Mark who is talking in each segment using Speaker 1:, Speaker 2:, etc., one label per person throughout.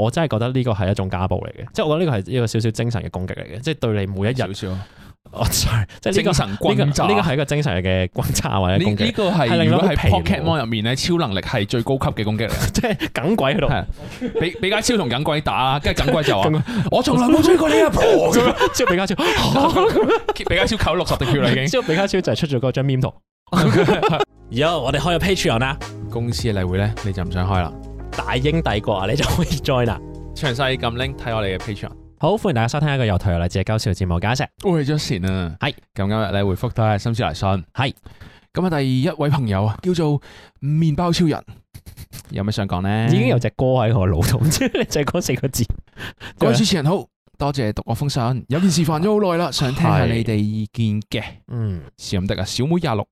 Speaker 1: 我真係覺得呢個係一種家暴嚟嘅，即係我覺得呢個係一個少少精神嘅攻擊嚟嘅，即係對你每一
Speaker 2: 少
Speaker 1: 日，
Speaker 2: 少
Speaker 1: 我 sorry，即係呢個
Speaker 2: 精神轟炸
Speaker 1: 呢個呢個係一個精神嘅轟炸或者
Speaker 2: 呢
Speaker 1: 攻
Speaker 2: 呢
Speaker 1: 擊，
Speaker 2: 個
Speaker 1: 係
Speaker 2: 係
Speaker 1: 令
Speaker 2: 如
Speaker 1: 到
Speaker 2: 果
Speaker 1: 佢
Speaker 2: 係
Speaker 1: 疲勞
Speaker 2: Pokemon 入面咧，超能力係最高級嘅攻擊嚟。
Speaker 1: 即係梗鬼喺度，
Speaker 2: 係比比家超同緊鬼打，跟住緊 鬼就話：我從來冇追過你阿婆咁樣。
Speaker 1: 之後比 卡超，
Speaker 2: 比家超扣六十滴血啦已經。
Speaker 1: 之後比卡超就係出咗嗰張 meme 圖，
Speaker 3: Yo，我哋開咗 Patreon 啦，
Speaker 2: 公司嘅例會咧，你就唔想開啦。
Speaker 3: 大英帝國啊，你就可以 join 啦。
Speaker 2: 詳細撳 link 睇我哋嘅 Patreon。
Speaker 1: 好歡迎大家收聽一個有台有勵志嘅搞笑節目《假石》，
Speaker 2: 喂，Justin 啊，
Speaker 1: 係
Speaker 2: 咁今日咧回覆都係心事嚟信，
Speaker 1: 係
Speaker 2: 咁啊，第一位朋友啊，叫做麵包超人，有咩想講
Speaker 3: 嗯
Speaker 2: 咧？
Speaker 1: 已經有隻歌喺我腦度，唔知你就係嗰四個字，
Speaker 2: 各位主持人好，多謝讀我封信，有件事煩咗好耐啦，想聽下你哋意見嘅。
Speaker 1: 嗯
Speaker 2: 是咁的啊，小妹廿六，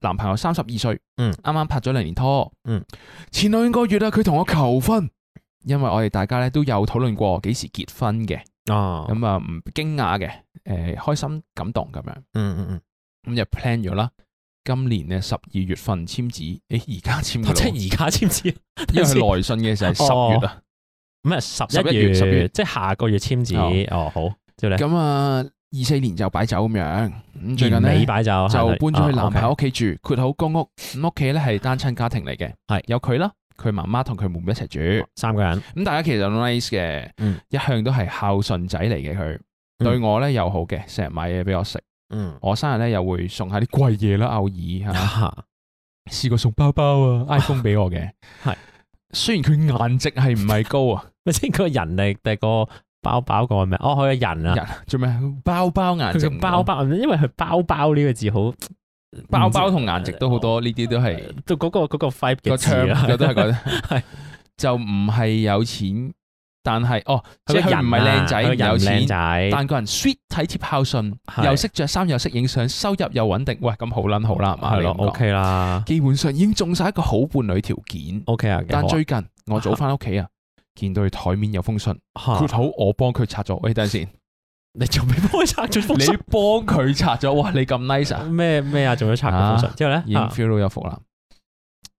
Speaker 2: 男朋友三十二歲，
Speaker 1: 嗯
Speaker 2: 啱啱拍咗兩年拖，
Speaker 1: 嗯，
Speaker 2: 前兩個月啊，佢同我求婚，因為我哋大家咧都有討論過幾時結婚嘅，
Speaker 1: 哦，
Speaker 2: 咁啊唔驚訝嘅，誒開心感動咁樣，
Speaker 1: 嗯嗯嗯，
Speaker 2: 咁就 plan 咗啦。今年嘅十二月份簽字，誒而家簽
Speaker 1: 哦
Speaker 2: 嘅
Speaker 3: 即
Speaker 2: 咯，
Speaker 3: 係而家哦知唔
Speaker 1: 啊
Speaker 3: 知？
Speaker 2: 因為佢來信嘅時候係十月啊，
Speaker 1: 咩十
Speaker 2: 11
Speaker 1: 一
Speaker 2: 月11月
Speaker 1: 月，即係下個月簽字，哦好，之後咧，
Speaker 2: 咁啊二四年就擺酒咁樣，咁最近
Speaker 1: 年尾
Speaker 2: 咧。
Speaker 1: 擺酒
Speaker 2: 就搬咗去男朋友
Speaker 1: 啊
Speaker 2: 屋企住，括號公屋。咁屋企咧係單親家庭嚟嘅，
Speaker 1: 係
Speaker 2: 有佢啦，佢媽媽同佢妹妹一齊住。
Speaker 1: ，OK，三個人，
Speaker 2: 咁大家其實都 nice 嘅，
Speaker 1: 嗯
Speaker 2: 一向都係孝順仔嚟嘅佢，
Speaker 1: 嗯
Speaker 2: 對我咧又好嘅，成日買嘢俾我食。
Speaker 1: 嗯，
Speaker 2: 我生日咧又會送下啲貴嘢啦，偶爾嚇。
Speaker 1: 啊
Speaker 2: 試過送包包啊 iPhone 俾我嘅，
Speaker 1: 係
Speaker 2: 雖然佢顏值係唔係高啊，
Speaker 1: 咪先個人力定個包包個咩？哦，佢個人啊，
Speaker 2: 人啊做咩包包顏
Speaker 1: 佢
Speaker 2: 值
Speaker 1: 個
Speaker 2: 唔高
Speaker 1: 包包，因為佢包包呢個字好
Speaker 2: 包包同顏值都好多，呢啲都係
Speaker 1: 到嗰個嗰個 five
Speaker 2: 個
Speaker 1: 嘅字
Speaker 2: term
Speaker 1: 啊，
Speaker 2: 我都係覺
Speaker 1: 係
Speaker 2: 得就唔係有錢，但係哦，即
Speaker 1: 佢
Speaker 2: 係
Speaker 1: 個
Speaker 2: 佢
Speaker 1: 人啊
Speaker 2: 唔係靚仔，
Speaker 1: 佢個人
Speaker 2: 唔
Speaker 1: 唔
Speaker 2: 有錢
Speaker 1: 靚。仔，
Speaker 2: 但個人 sweet 體貼孝順，
Speaker 1: 係
Speaker 2: 又識着衫又識影相，收入又穩定，喂咁好撚好啦，係嘛？
Speaker 1: 係咯
Speaker 2: 你咁講
Speaker 1: ，OK 啦
Speaker 2: 基本上已經中晒一個好伴侶條件。
Speaker 1: ，OK 啊，幾好
Speaker 2: 但
Speaker 1: 啊
Speaker 2: 最近我早翻屋企啊，見到佢台面有封信，
Speaker 1: 啊嚇
Speaker 2: 括好我幫佢拆咗。喂，等陣 先，
Speaker 1: 你仲未幫佢拆咗封
Speaker 2: 你
Speaker 1: 信？
Speaker 2: 幫佢拆咗，哇！你咁 nice 啊，
Speaker 1: 咩咩啊？仲要拆咗封信之後咧
Speaker 2: 已經
Speaker 1: 啊
Speaker 2: feel 到有福啦。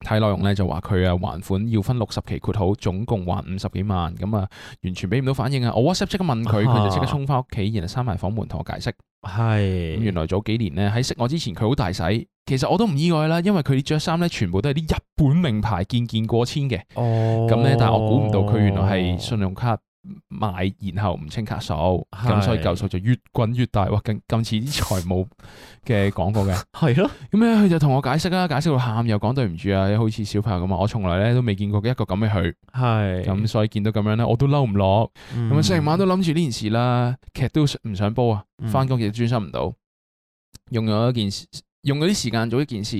Speaker 2: 睇內容咧就話佢啊還款要分六十期括好，總共還五十幾萬咁啊，完全俾唔到反應啊！我 WhatsApp 即刻問佢，佢就即刻衝翻屋企，然後閂埋房門同我解釋。咁
Speaker 1: 係
Speaker 2: 原來早幾年咧喺識我之前佢好大使，其實我都唔意外啦，因為佢着衫咧全部都係啲日本名牌，件件過千嘅。
Speaker 1: 哦
Speaker 2: 咁咧、但係我估唔到佢原來係信用卡買，然後唔清卡數，咁
Speaker 1: 係
Speaker 2: 所以舊數就越滾越大。哇！咁咁似啲財務嘅廣告嘅。
Speaker 1: 係咯，
Speaker 2: 咁咧佢就同我解釋啊啦，解釋到喊又講對唔住啊，好似小朋友咁啊，我從來咧都未見過一個咁嘅佢，
Speaker 1: 係嗯
Speaker 2: 咁所以見到咁樣咧我都嬲唔落，咁啊成晚
Speaker 1: 都
Speaker 2: 都諗住呢件事啦，劇都唔想煲啊。翻工亦都專心唔到，用咗一件事，用咗啲時間做一件事，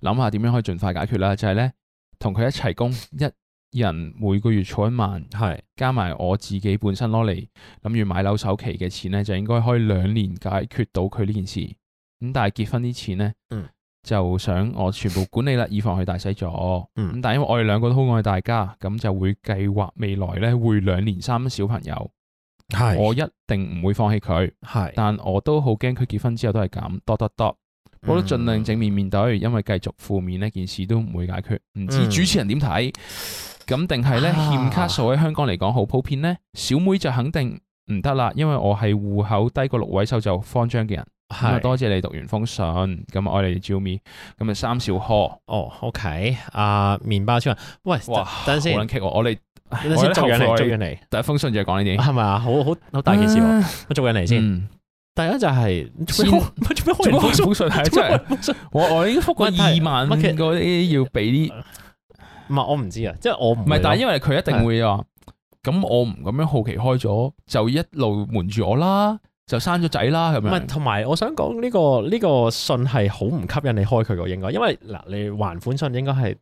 Speaker 2: 諗下點樣可以盡快解決啦。就係咧，同佢一齊供，一人每個月儲一萬，
Speaker 1: 係
Speaker 2: 加埋我自己本身攞嚟諗住買樓首期嘅錢咧，就應該可以兩年解決到佢呢件事。咁但係結婚啲錢咧，
Speaker 1: 嗯
Speaker 2: 就想我全部管理啦，以防佢大洗咗。咁、
Speaker 1: 嗯
Speaker 2: 但係因為我哋兩個都好愛大家，咁就會計劃未來咧會兩年三小朋友，
Speaker 1: 係
Speaker 2: 我一定唔會放棄佢。
Speaker 1: 係，
Speaker 2: 但我都好驚佢結婚之後都係咁，多多多，
Speaker 1: 嗯
Speaker 2: 我都盡量正面面對，因為繼續負面呢件事都唔會解決。唔知
Speaker 1: 嗯
Speaker 2: 主持人點睇？咁定係呢？
Speaker 1: 啊
Speaker 2: 欠卡數喺香港嚟講好普遍呢？小妹就肯定唔得啦，因為我係戶口低過六位數就慌張嘅人。咁啊，
Speaker 1: 嗯係
Speaker 2: 多謝你讀完封信，咁我哋 Jimmy，咁啊三小呵，
Speaker 1: 哦，OK，啊，麵包超人，喂，
Speaker 2: 哇，
Speaker 1: 等等
Speaker 2: 好
Speaker 1: 先
Speaker 2: 撚，棘我，我哋
Speaker 1: 等陣
Speaker 2: 我
Speaker 1: 先，
Speaker 2: 哋後
Speaker 1: 做人嚟，
Speaker 2: 悔
Speaker 1: 做人嚟，
Speaker 2: 第一封信就係講呢啲，
Speaker 1: 係咪啊？好好好大件事喎，我做人嚟先。
Speaker 2: 嗯，
Speaker 1: 第一就係
Speaker 2: 先
Speaker 1: 做咩開 做咩開
Speaker 2: 做
Speaker 1: 人
Speaker 2: 乜
Speaker 1: 封
Speaker 2: 開
Speaker 1: 信？
Speaker 2: 封信係啊
Speaker 1: 做
Speaker 2: 真
Speaker 1: 咩
Speaker 2: 係
Speaker 1: 開封信
Speaker 2: 我我已經覆過
Speaker 1: 問題
Speaker 2: 二萬
Speaker 1: 乜其
Speaker 2: 嗰啲要俾啲。
Speaker 1: 唔係我唔知啊，即係我唔
Speaker 2: 唔係，但係
Speaker 1: 係
Speaker 2: 因為佢一定會話，咁我唔咁樣好奇開咗，就一路瞞住我啦，就生咗仔啦咁
Speaker 1: 唔係
Speaker 2: 樣。嗯
Speaker 1: 同埋我想講呢個呢個信係好唔吸引你開佢個應該，因為嗱你還款信應該係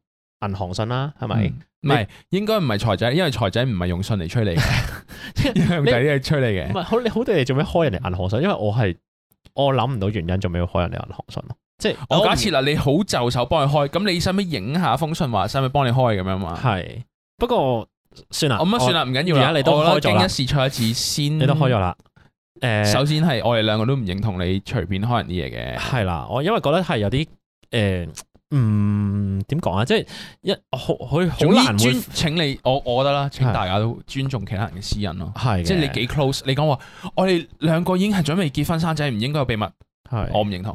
Speaker 1: 銀行信啦，係咪？
Speaker 2: 嗯唔係，應該唔係財仔，因為財仔唔係用信嚟催你 嘅，用
Speaker 1: 你
Speaker 2: 仔嚟催你
Speaker 1: 唔
Speaker 2: 嘅。
Speaker 1: 係好你好地地做咩開人哋銀行信？因為我係我諗唔到原因做咩要開人哋銀行信咯。即係
Speaker 2: 我假
Speaker 1: 唔
Speaker 2: 設啦，你好就手幫佢開，咁你使唔使影下封信話使唔使幫你開咁樣嘛？
Speaker 1: 係，不過算啦，
Speaker 2: 我哦啊乜算啦，唔緊要啦。
Speaker 1: 啊而家你都
Speaker 2: 我覺得
Speaker 1: 開咗啦
Speaker 2: 經一事錯一智先。
Speaker 1: 我，你都開咗。啦。誒，
Speaker 2: 嗯首先係我哋兩個都唔認同你隨便開人啲嘢嘅。
Speaker 1: 係啦，我因為覺得係有啲誒嗯，點講啊？即係一好佢
Speaker 2: 總
Speaker 1: 好
Speaker 2: 之
Speaker 1: 難會
Speaker 2: 尊請你，我我覺得啦，請
Speaker 1: 係
Speaker 2: 大家都尊重其他人嘅私隱咯。
Speaker 1: 係嘅，
Speaker 2: 即係你幾 close，你講話我哋兩個已經係準備結婚生仔，唔應該有秘密，
Speaker 1: 係
Speaker 2: 我唔認同。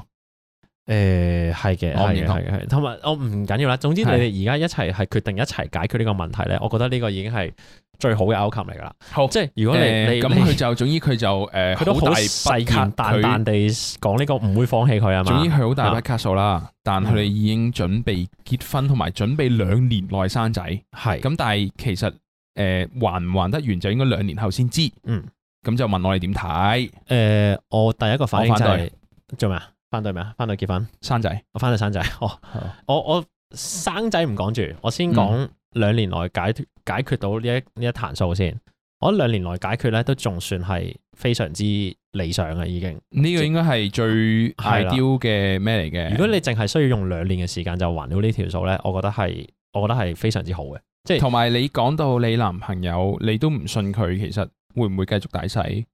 Speaker 1: 誒係嘅，
Speaker 2: 我唔
Speaker 1: 係嘅，
Speaker 2: 認同
Speaker 1: 係嘅，係同埋我唔緊要啦。總之你
Speaker 2: 係
Speaker 1: 哋而家一齊係決定一齊解決呢個問題咧，我覺得呢個已經係最好嘅 outcome 嚟㗎啦。
Speaker 2: 好，
Speaker 1: 即係如果你
Speaker 2: 誒
Speaker 1: 你
Speaker 2: 咁
Speaker 1: 你
Speaker 2: 佢就總之佢就誒
Speaker 1: 佢都好
Speaker 2: 大
Speaker 1: 細
Speaker 2: 筆
Speaker 1: 言
Speaker 2: 卡
Speaker 1: 淡
Speaker 2: 佢
Speaker 1: 淡地講呢個唔會放棄佢啊啊嘛。嗯
Speaker 2: 總之佢好大
Speaker 1: 啊
Speaker 2: 筆卡數啦，但佢哋已經準備結婚，同埋準備兩年內生仔。
Speaker 1: 係
Speaker 2: 咁但係其實誒、呃、還唔還得完就應該兩年後先知。
Speaker 1: 嗯，
Speaker 2: 咁就問我哋點睇
Speaker 1: 誒，呃我第一個反應
Speaker 2: 我
Speaker 1: 就
Speaker 2: 反
Speaker 1: 係做咩啊？翻對咩啊？翻對結婚，
Speaker 2: 生仔？
Speaker 1: 我翻對生仔。哦，我我生仔唔講住，我
Speaker 2: 嗯
Speaker 1: 先講兩年內解決解決到呢一呢一壇數先。我覺得兩年內解決咧，都仲算係非常之理想嘅已經。
Speaker 2: 呢個應該係最
Speaker 1: 係啦
Speaker 2: ideal 嘅咩嚟嘅？
Speaker 1: 如果你淨係需要用兩年嘅時間就還到呢條數咧，我覺得係我覺得係非常之好嘅。
Speaker 2: 同埋你講到你男朋友，你都唔信佢，其實會唔會繼續大洗？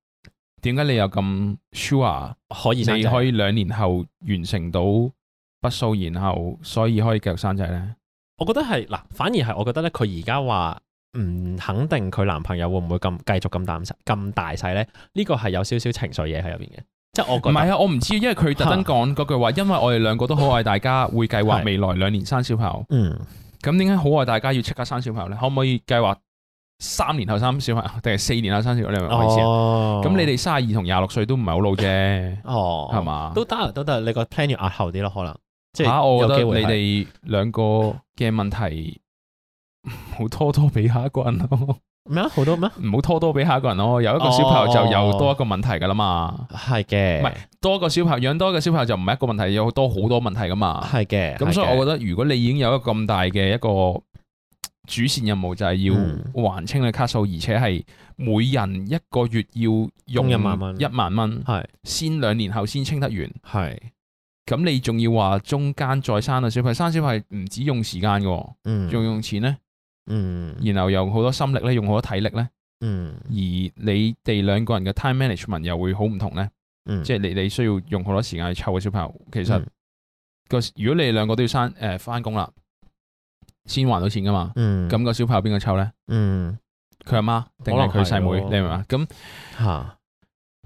Speaker 2: 點解你又咁 sure？
Speaker 1: 可以生
Speaker 2: 你
Speaker 1: 仔
Speaker 2: 可以兩年後完成到筆數，然後所以可以繼續生仔呢？
Speaker 1: 我覺得係嗱，反而係我覺得咧，佢而家話唔肯定佢男朋友會唔會咁繼續咁大咁大細咧？呢個係有少少情緒嘢喺入邊嘅，即係我
Speaker 2: 唔
Speaker 1: 覺
Speaker 2: 係
Speaker 1: 得
Speaker 2: 啊，我唔知，因為佢 特登講嗰句話，因為我哋兩個都好愛大家，會計劃
Speaker 1: 係
Speaker 2: 未來兩年生小朋友。
Speaker 1: 嗯
Speaker 2: 咁點解好愛大家要即刻生小朋友呢？可唔可以計劃三年後生小朋友， 定係四年後生小朋友？你明唔明我意思啊？
Speaker 1: 哦，
Speaker 2: 咁你哋三十二同廿六歲都唔係好老啫，
Speaker 1: 哦
Speaker 2: 係嘛？
Speaker 1: 都得都得，你個 plan 要壓後啲咯，可能即
Speaker 2: 嚇
Speaker 1: 係
Speaker 2: 啊我覺
Speaker 1: 有
Speaker 2: 得
Speaker 1: 機會
Speaker 2: 你
Speaker 1: 係
Speaker 2: 哋兩個嘅問題，唔好拖多俾下一個人咯，
Speaker 1: 咩啊好多咩
Speaker 2: 唔好拖多俾下一個人咯。有一個小朋友就
Speaker 1: 哦
Speaker 2: 有多一個問題噶啦嘛，
Speaker 1: 啊係嘅，
Speaker 2: 唔係多一個小朋友養多一個小朋友就唔係一個問題，有好多好多問題噶嘛。
Speaker 1: 係嘅，
Speaker 2: 咁所以我
Speaker 1: 覺
Speaker 2: 覺得如果你已經有一個咁大嘅一個主線任務，就
Speaker 1: 嗯
Speaker 2: 係要還清你卡數，而且係每人一個月要用
Speaker 1: 供一萬蚊
Speaker 2: 一萬蚊，
Speaker 1: 係
Speaker 2: 先兩年後先清得完。
Speaker 1: 係
Speaker 2: 咁你仲要話中間再生啊小朋友，生小朋友唔止用時間嘅喎，
Speaker 1: 嗯
Speaker 2: 仲用錢呢，
Speaker 1: 嗯
Speaker 2: 然後又好多心力咧，用好多體力呢。
Speaker 1: 嗯
Speaker 2: 而你哋兩個人嘅 time management 又會好唔同呢。
Speaker 1: 嗯，
Speaker 2: 即係你你需要用好多時間去湊個小朋友。其實
Speaker 1: 嗯
Speaker 2: 個如果你哋兩個都要生誒翻工啦，先還到錢噶嘛。
Speaker 1: 嗯
Speaker 2: 咁個小朋友邊個湊呢？
Speaker 1: 嗯
Speaker 2: 佢阿媽定係佢細
Speaker 1: 可能
Speaker 2: 妹？
Speaker 1: 係喎
Speaker 2: 你明嘛？咁
Speaker 1: 吓，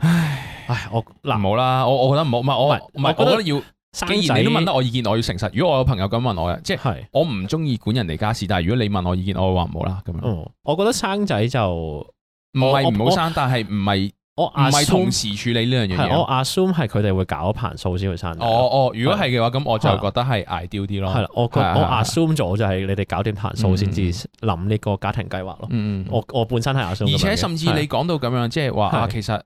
Speaker 1: 唉唉，我
Speaker 2: 嗱，
Speaker 1: 嗱
Speaker 2: 冇啦，我我覺得唔好，唔係
Speaker 1: 唔係
Speaker 2: 我唔係，
Speaker 1: 我覺得
Speaker 2: 我覺得
Speaker 1: 生
Speaker 2: 要，既
Speaker 1: 仔
Speaker 2: 然
Speaker 1: 嗯
Speaker 2: 你都問得我意見，我要誠實。如果我有朋友咁問我嘅，即係
Speaker 1: 係。
Speaker 2: 我唔中意管人哋家事，但係如果你問我意見，我會話唔好啦。咁樣
Speaker 1: 哦，我覺得生仔就嗯我
Speaker 2: 唔係唔
Speaker 1: 我
Speaker 2: 好生，但係唔係唔係
Speaker 1: assume
Speaker 2: 同時處理呢樣
Speaker 1: 係我
Speaker 2: 嘢。啊
Speaker 1: assume 係佢哋會搞盤數先會生仔。
Speaker 2: 哦哦，如果係嘅話，咁我就
Speaker 1: 係啊
Speaker 2: 覺得係 ideal 啲咯。
Speaker 1: 係啦，我覺
Speaker 2: 係啊
Speaker 1: 我
Speaker 2: 係啊嗯
Speaker 1: assume 咗就係你哋搞掂盤數先至諗呢個家庭計劃咯。
Speaker 2: 嗯，嗯
Speaker 1: 我我本身係 assume，
Speaker 2: 而
Speaker 1: 咁樣
Speaker 2: 且
Speaker 1: 嘅
Speaker 2: 甚至你講到咁樣，即係話啊，
Speaker 1: 係
Speaker 2: 其實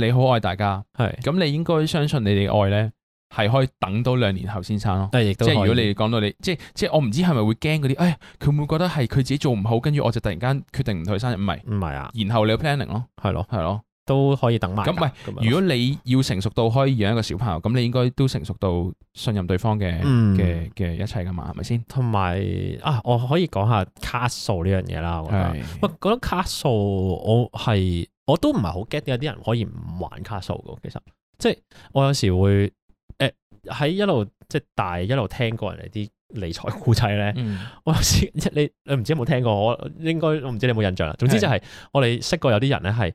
Speaker 2: 你好愛大家，
Speaker 1: 係
Speaker 2: 咁你應該相信你哋嘅愛咧，係可以等到兩年後先生咯。
Speaker 1: 但係亦都
Speaker 2: 即係如果
Speaker 1: 可以
Speaker 2: 你講到你，即係即係我唔知係咪會驚嗰啲，哎呀，佢會唔會覺得係佢自己做唔好，跟住我就突然間決定唔同佢生日？唔係，
Speaker 1: 唔係啊，
Speaker 2: 然後你有 planning 咯，
Speaker 1: 係咯，
Speaker 2: 係咯。
Speaker 1: 都可以等埋㗎。
Speaker 2: 咁喂
Speaker 1: 咁樣
Speaker 2: 如果你要成熟到可以養一個小朋友，咁你應該都成熟到信任對方嘅
Speaker 1: 嗯
Speaker 2: 嘅嘅一切噶嘛，係咪先？
Speaker 1: 同埋啊，我可以講下卡數呢樣嘢啦。我覺得，
Speaker 2: 係
Speaker 1: 嗯不過覺得卡數我係我都唔係好 get 有啲人可以唔還卡數嘅。其實即係我有時會誒喺、一路即係大一路聽過人哋啲理財故仔咧。
Speaker 2: 嗯
Speaker 1: 我有時你你唔知有冇聽過，我應該我唔知你有冇印象啦。總之就係我哋識過有啲人咧係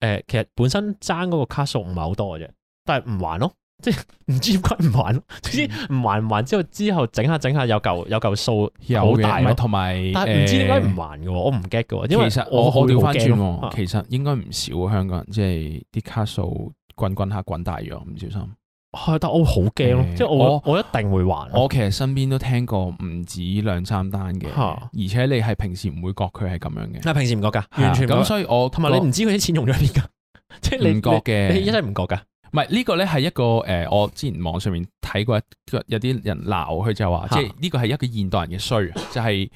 Speaker 1: 誒，其實本身爭嗰個卡數唔係好多嘅啫，但係唔還咯，即係唔知點解唔還咯。總之唔還唔還之後之後整下整下有嚿有嚿數，
Speaker 2: 有
Speaker 1: 好
Speaker 2: 嘅
Speaker 1: 大
Speaker 2: 唔係
Speaker 1: 咯
Speaker 2: 同埋
Speaker 1: 但係唔知點解唔
Speaker 2: 誒
Speaker 1: 還嘅喎，我唔 get 嘅喎，因為
Speaker 2: 其實我我
Speaker 1: 會
Speaker 2: 調
Speaker 1: 好
Speaker 2: 翻轉
Speaker 1: 驚咯啊
Speaker 2: 喎，其實應該唔少啊香港人，即係啲卡數滾滾下滾大咗，唔小
Speaker 1: 啊
Speaker 2: 心。
Speaker 1: 係，但我會好驚咯，
Speaker 2: 誒
Speaker 1: 即係我
Speaker 2: 我
Speaker 1: 我一定會還咯。
Speaker 2: 我其實身邊都聽過唔止兩三單嘅，
Speaker 1: 嚇
Speaker 2: 而且你係平時唔會覺佢係咁樣嘅，
Speaker 1: 但平時唔覺㗎， 完全唔
Speaker 2: 咁，
Speaker 1: 覺。
Speaker 2: 所以我
Speaker 1: 同埋你唔知佢啲錢用咗喺邊㗎， 即係
Speaker 2: 唔
Speaker 1: 你
Speaker 2: 覺嘅
Speaker 1: 你你真係唔覺㗎。
Speaker 2: 唔係呢個咧係一個誒、呃我之前網上面睇過一個有啲人鬧佢就話，
Speaker 1: 嚇
Speaker 2: 即係呢個係一個現代人嘅衰，啊就係、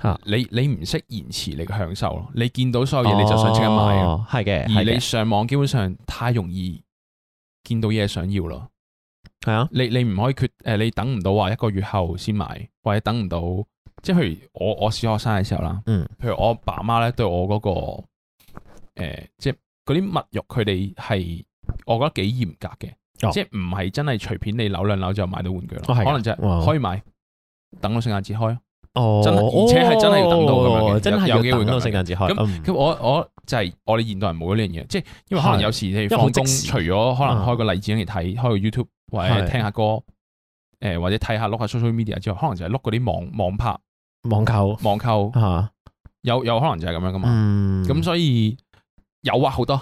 Speaker 1: 嚇
Speaker 2: 你你唔識延遲你嘅享受咯，你見到所有嘢你就想即刻買啊嘅，
Speaker 1: 哦，係嘅，
Speaker 2: 而
Speaker 1: 係
Speaker 2: 你
Speaker 1: 嘅
Speaker 2: 上網基本上太容易見到嘢想要咯。
Speaker 1: 係啊，
Speaker 2: 你你唔可以決誒、呃你等唔到話一個月後先買，或者等唔到，即係譬如我我小學生嘅時候啦，
Speaker 1: 嗯
Speaker 2: 譬如我爸媽咧對我嗰、個、呃、即係嗰啲物欲，佢哋係我覺得幾嚴格嘅，
Speaker 1: 哦
Speaker 2: 即係唔係真係隨便你扭兩扭就買到玩具咯，
Speaker 1: 哦係㗎
Speaker 2: 可能就
Speaker 1: 哇
Speaker 2: 係可以買，等到聖誕節開咯。啊
Speaker 1: 哦，
Speaker 2: 真係而且係真係要等到咁樣嘅
Speaker 1: 哦真係
Speaker 2: 有有機
Speaker 1: 要
Speaker 2: 會
Speaker 1: 等到
Speaker 2: 咁樣
Speaker 1: 聖
Speaker 2: 嘅
Speaker 1: 誕節開。
Speaker 2: 咁
Speaker 1: 嗯
Speaker 2: 咁我我就係我哋現代人冇咗呢樣嘢，即係因為可能有時你
Speaker 1: 為
Speaker 2: 放
Speaker 1: 好
Speaker 2: 工，
Speaker 1: 即時
Speaker 2: 除咗可能
Speaker 1: 嗯
Speaker 2: 開個例子嚟睇，開個 YouTube 或者
Speaker 1: 係
Speaker 2: 聽下歌，誒、或者睇下碌下 social media 之後，可能就係碌嗰啲
Speaker 1: 嗯
Speaker 2: 網網拍、
Speaker 1: 網購
Speaker 2: 網購，
Speaker 1: 嚇，
Speaker 2: 有有可能就係咁樣噶嘛。
Speaker 1: 嗯，
Speaker 2: 咁、所以誘惑好多，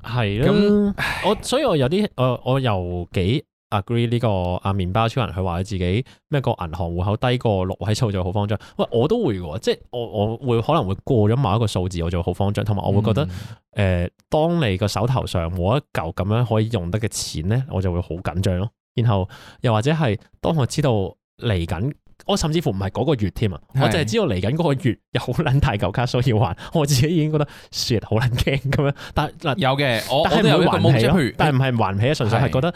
Speaker 1: 係啦。我所以我有啲我我又幾 agree 呢個啊麵包超人，佢話佢自己咩個銀行戶口低過六位數就好慌張。喂，我都會嘅喎，即係我我會可能會過咗某一個數字，我就會好慌張，同埋我會覺
Speaker 2: 嗯
Speaker 1: 得。誒、當你個手頭上冇一嚿咁樣可以用得嘅錢咧，我就會好緊張咯。然後又或者係當我知道嚟緊，我甚至乎唔係嗰個月添啊，我
Speaker 2: 係
Speaker 1: 淨係知道嚟緊嗰個月有好撚大嚿卡數要還，我自己已經覺得 shit 好撚驚咁樣。但嗱，
Speaker 2: 有嘅，我我
Speaker 1: 但係
Speaker 2: 都
Speaker 1: 唔
Speaker 2: 有一
Speaker 1: 會
Speaker 2: 個目
Speaker 1: 還起
Speaker 2: 即係譬
Speaker 1: 咯
Speaker 2: 如，
Speaker 1: 但係唔係還起啊，純粹係
Speaker 2: 係
Speaker 1: 覺得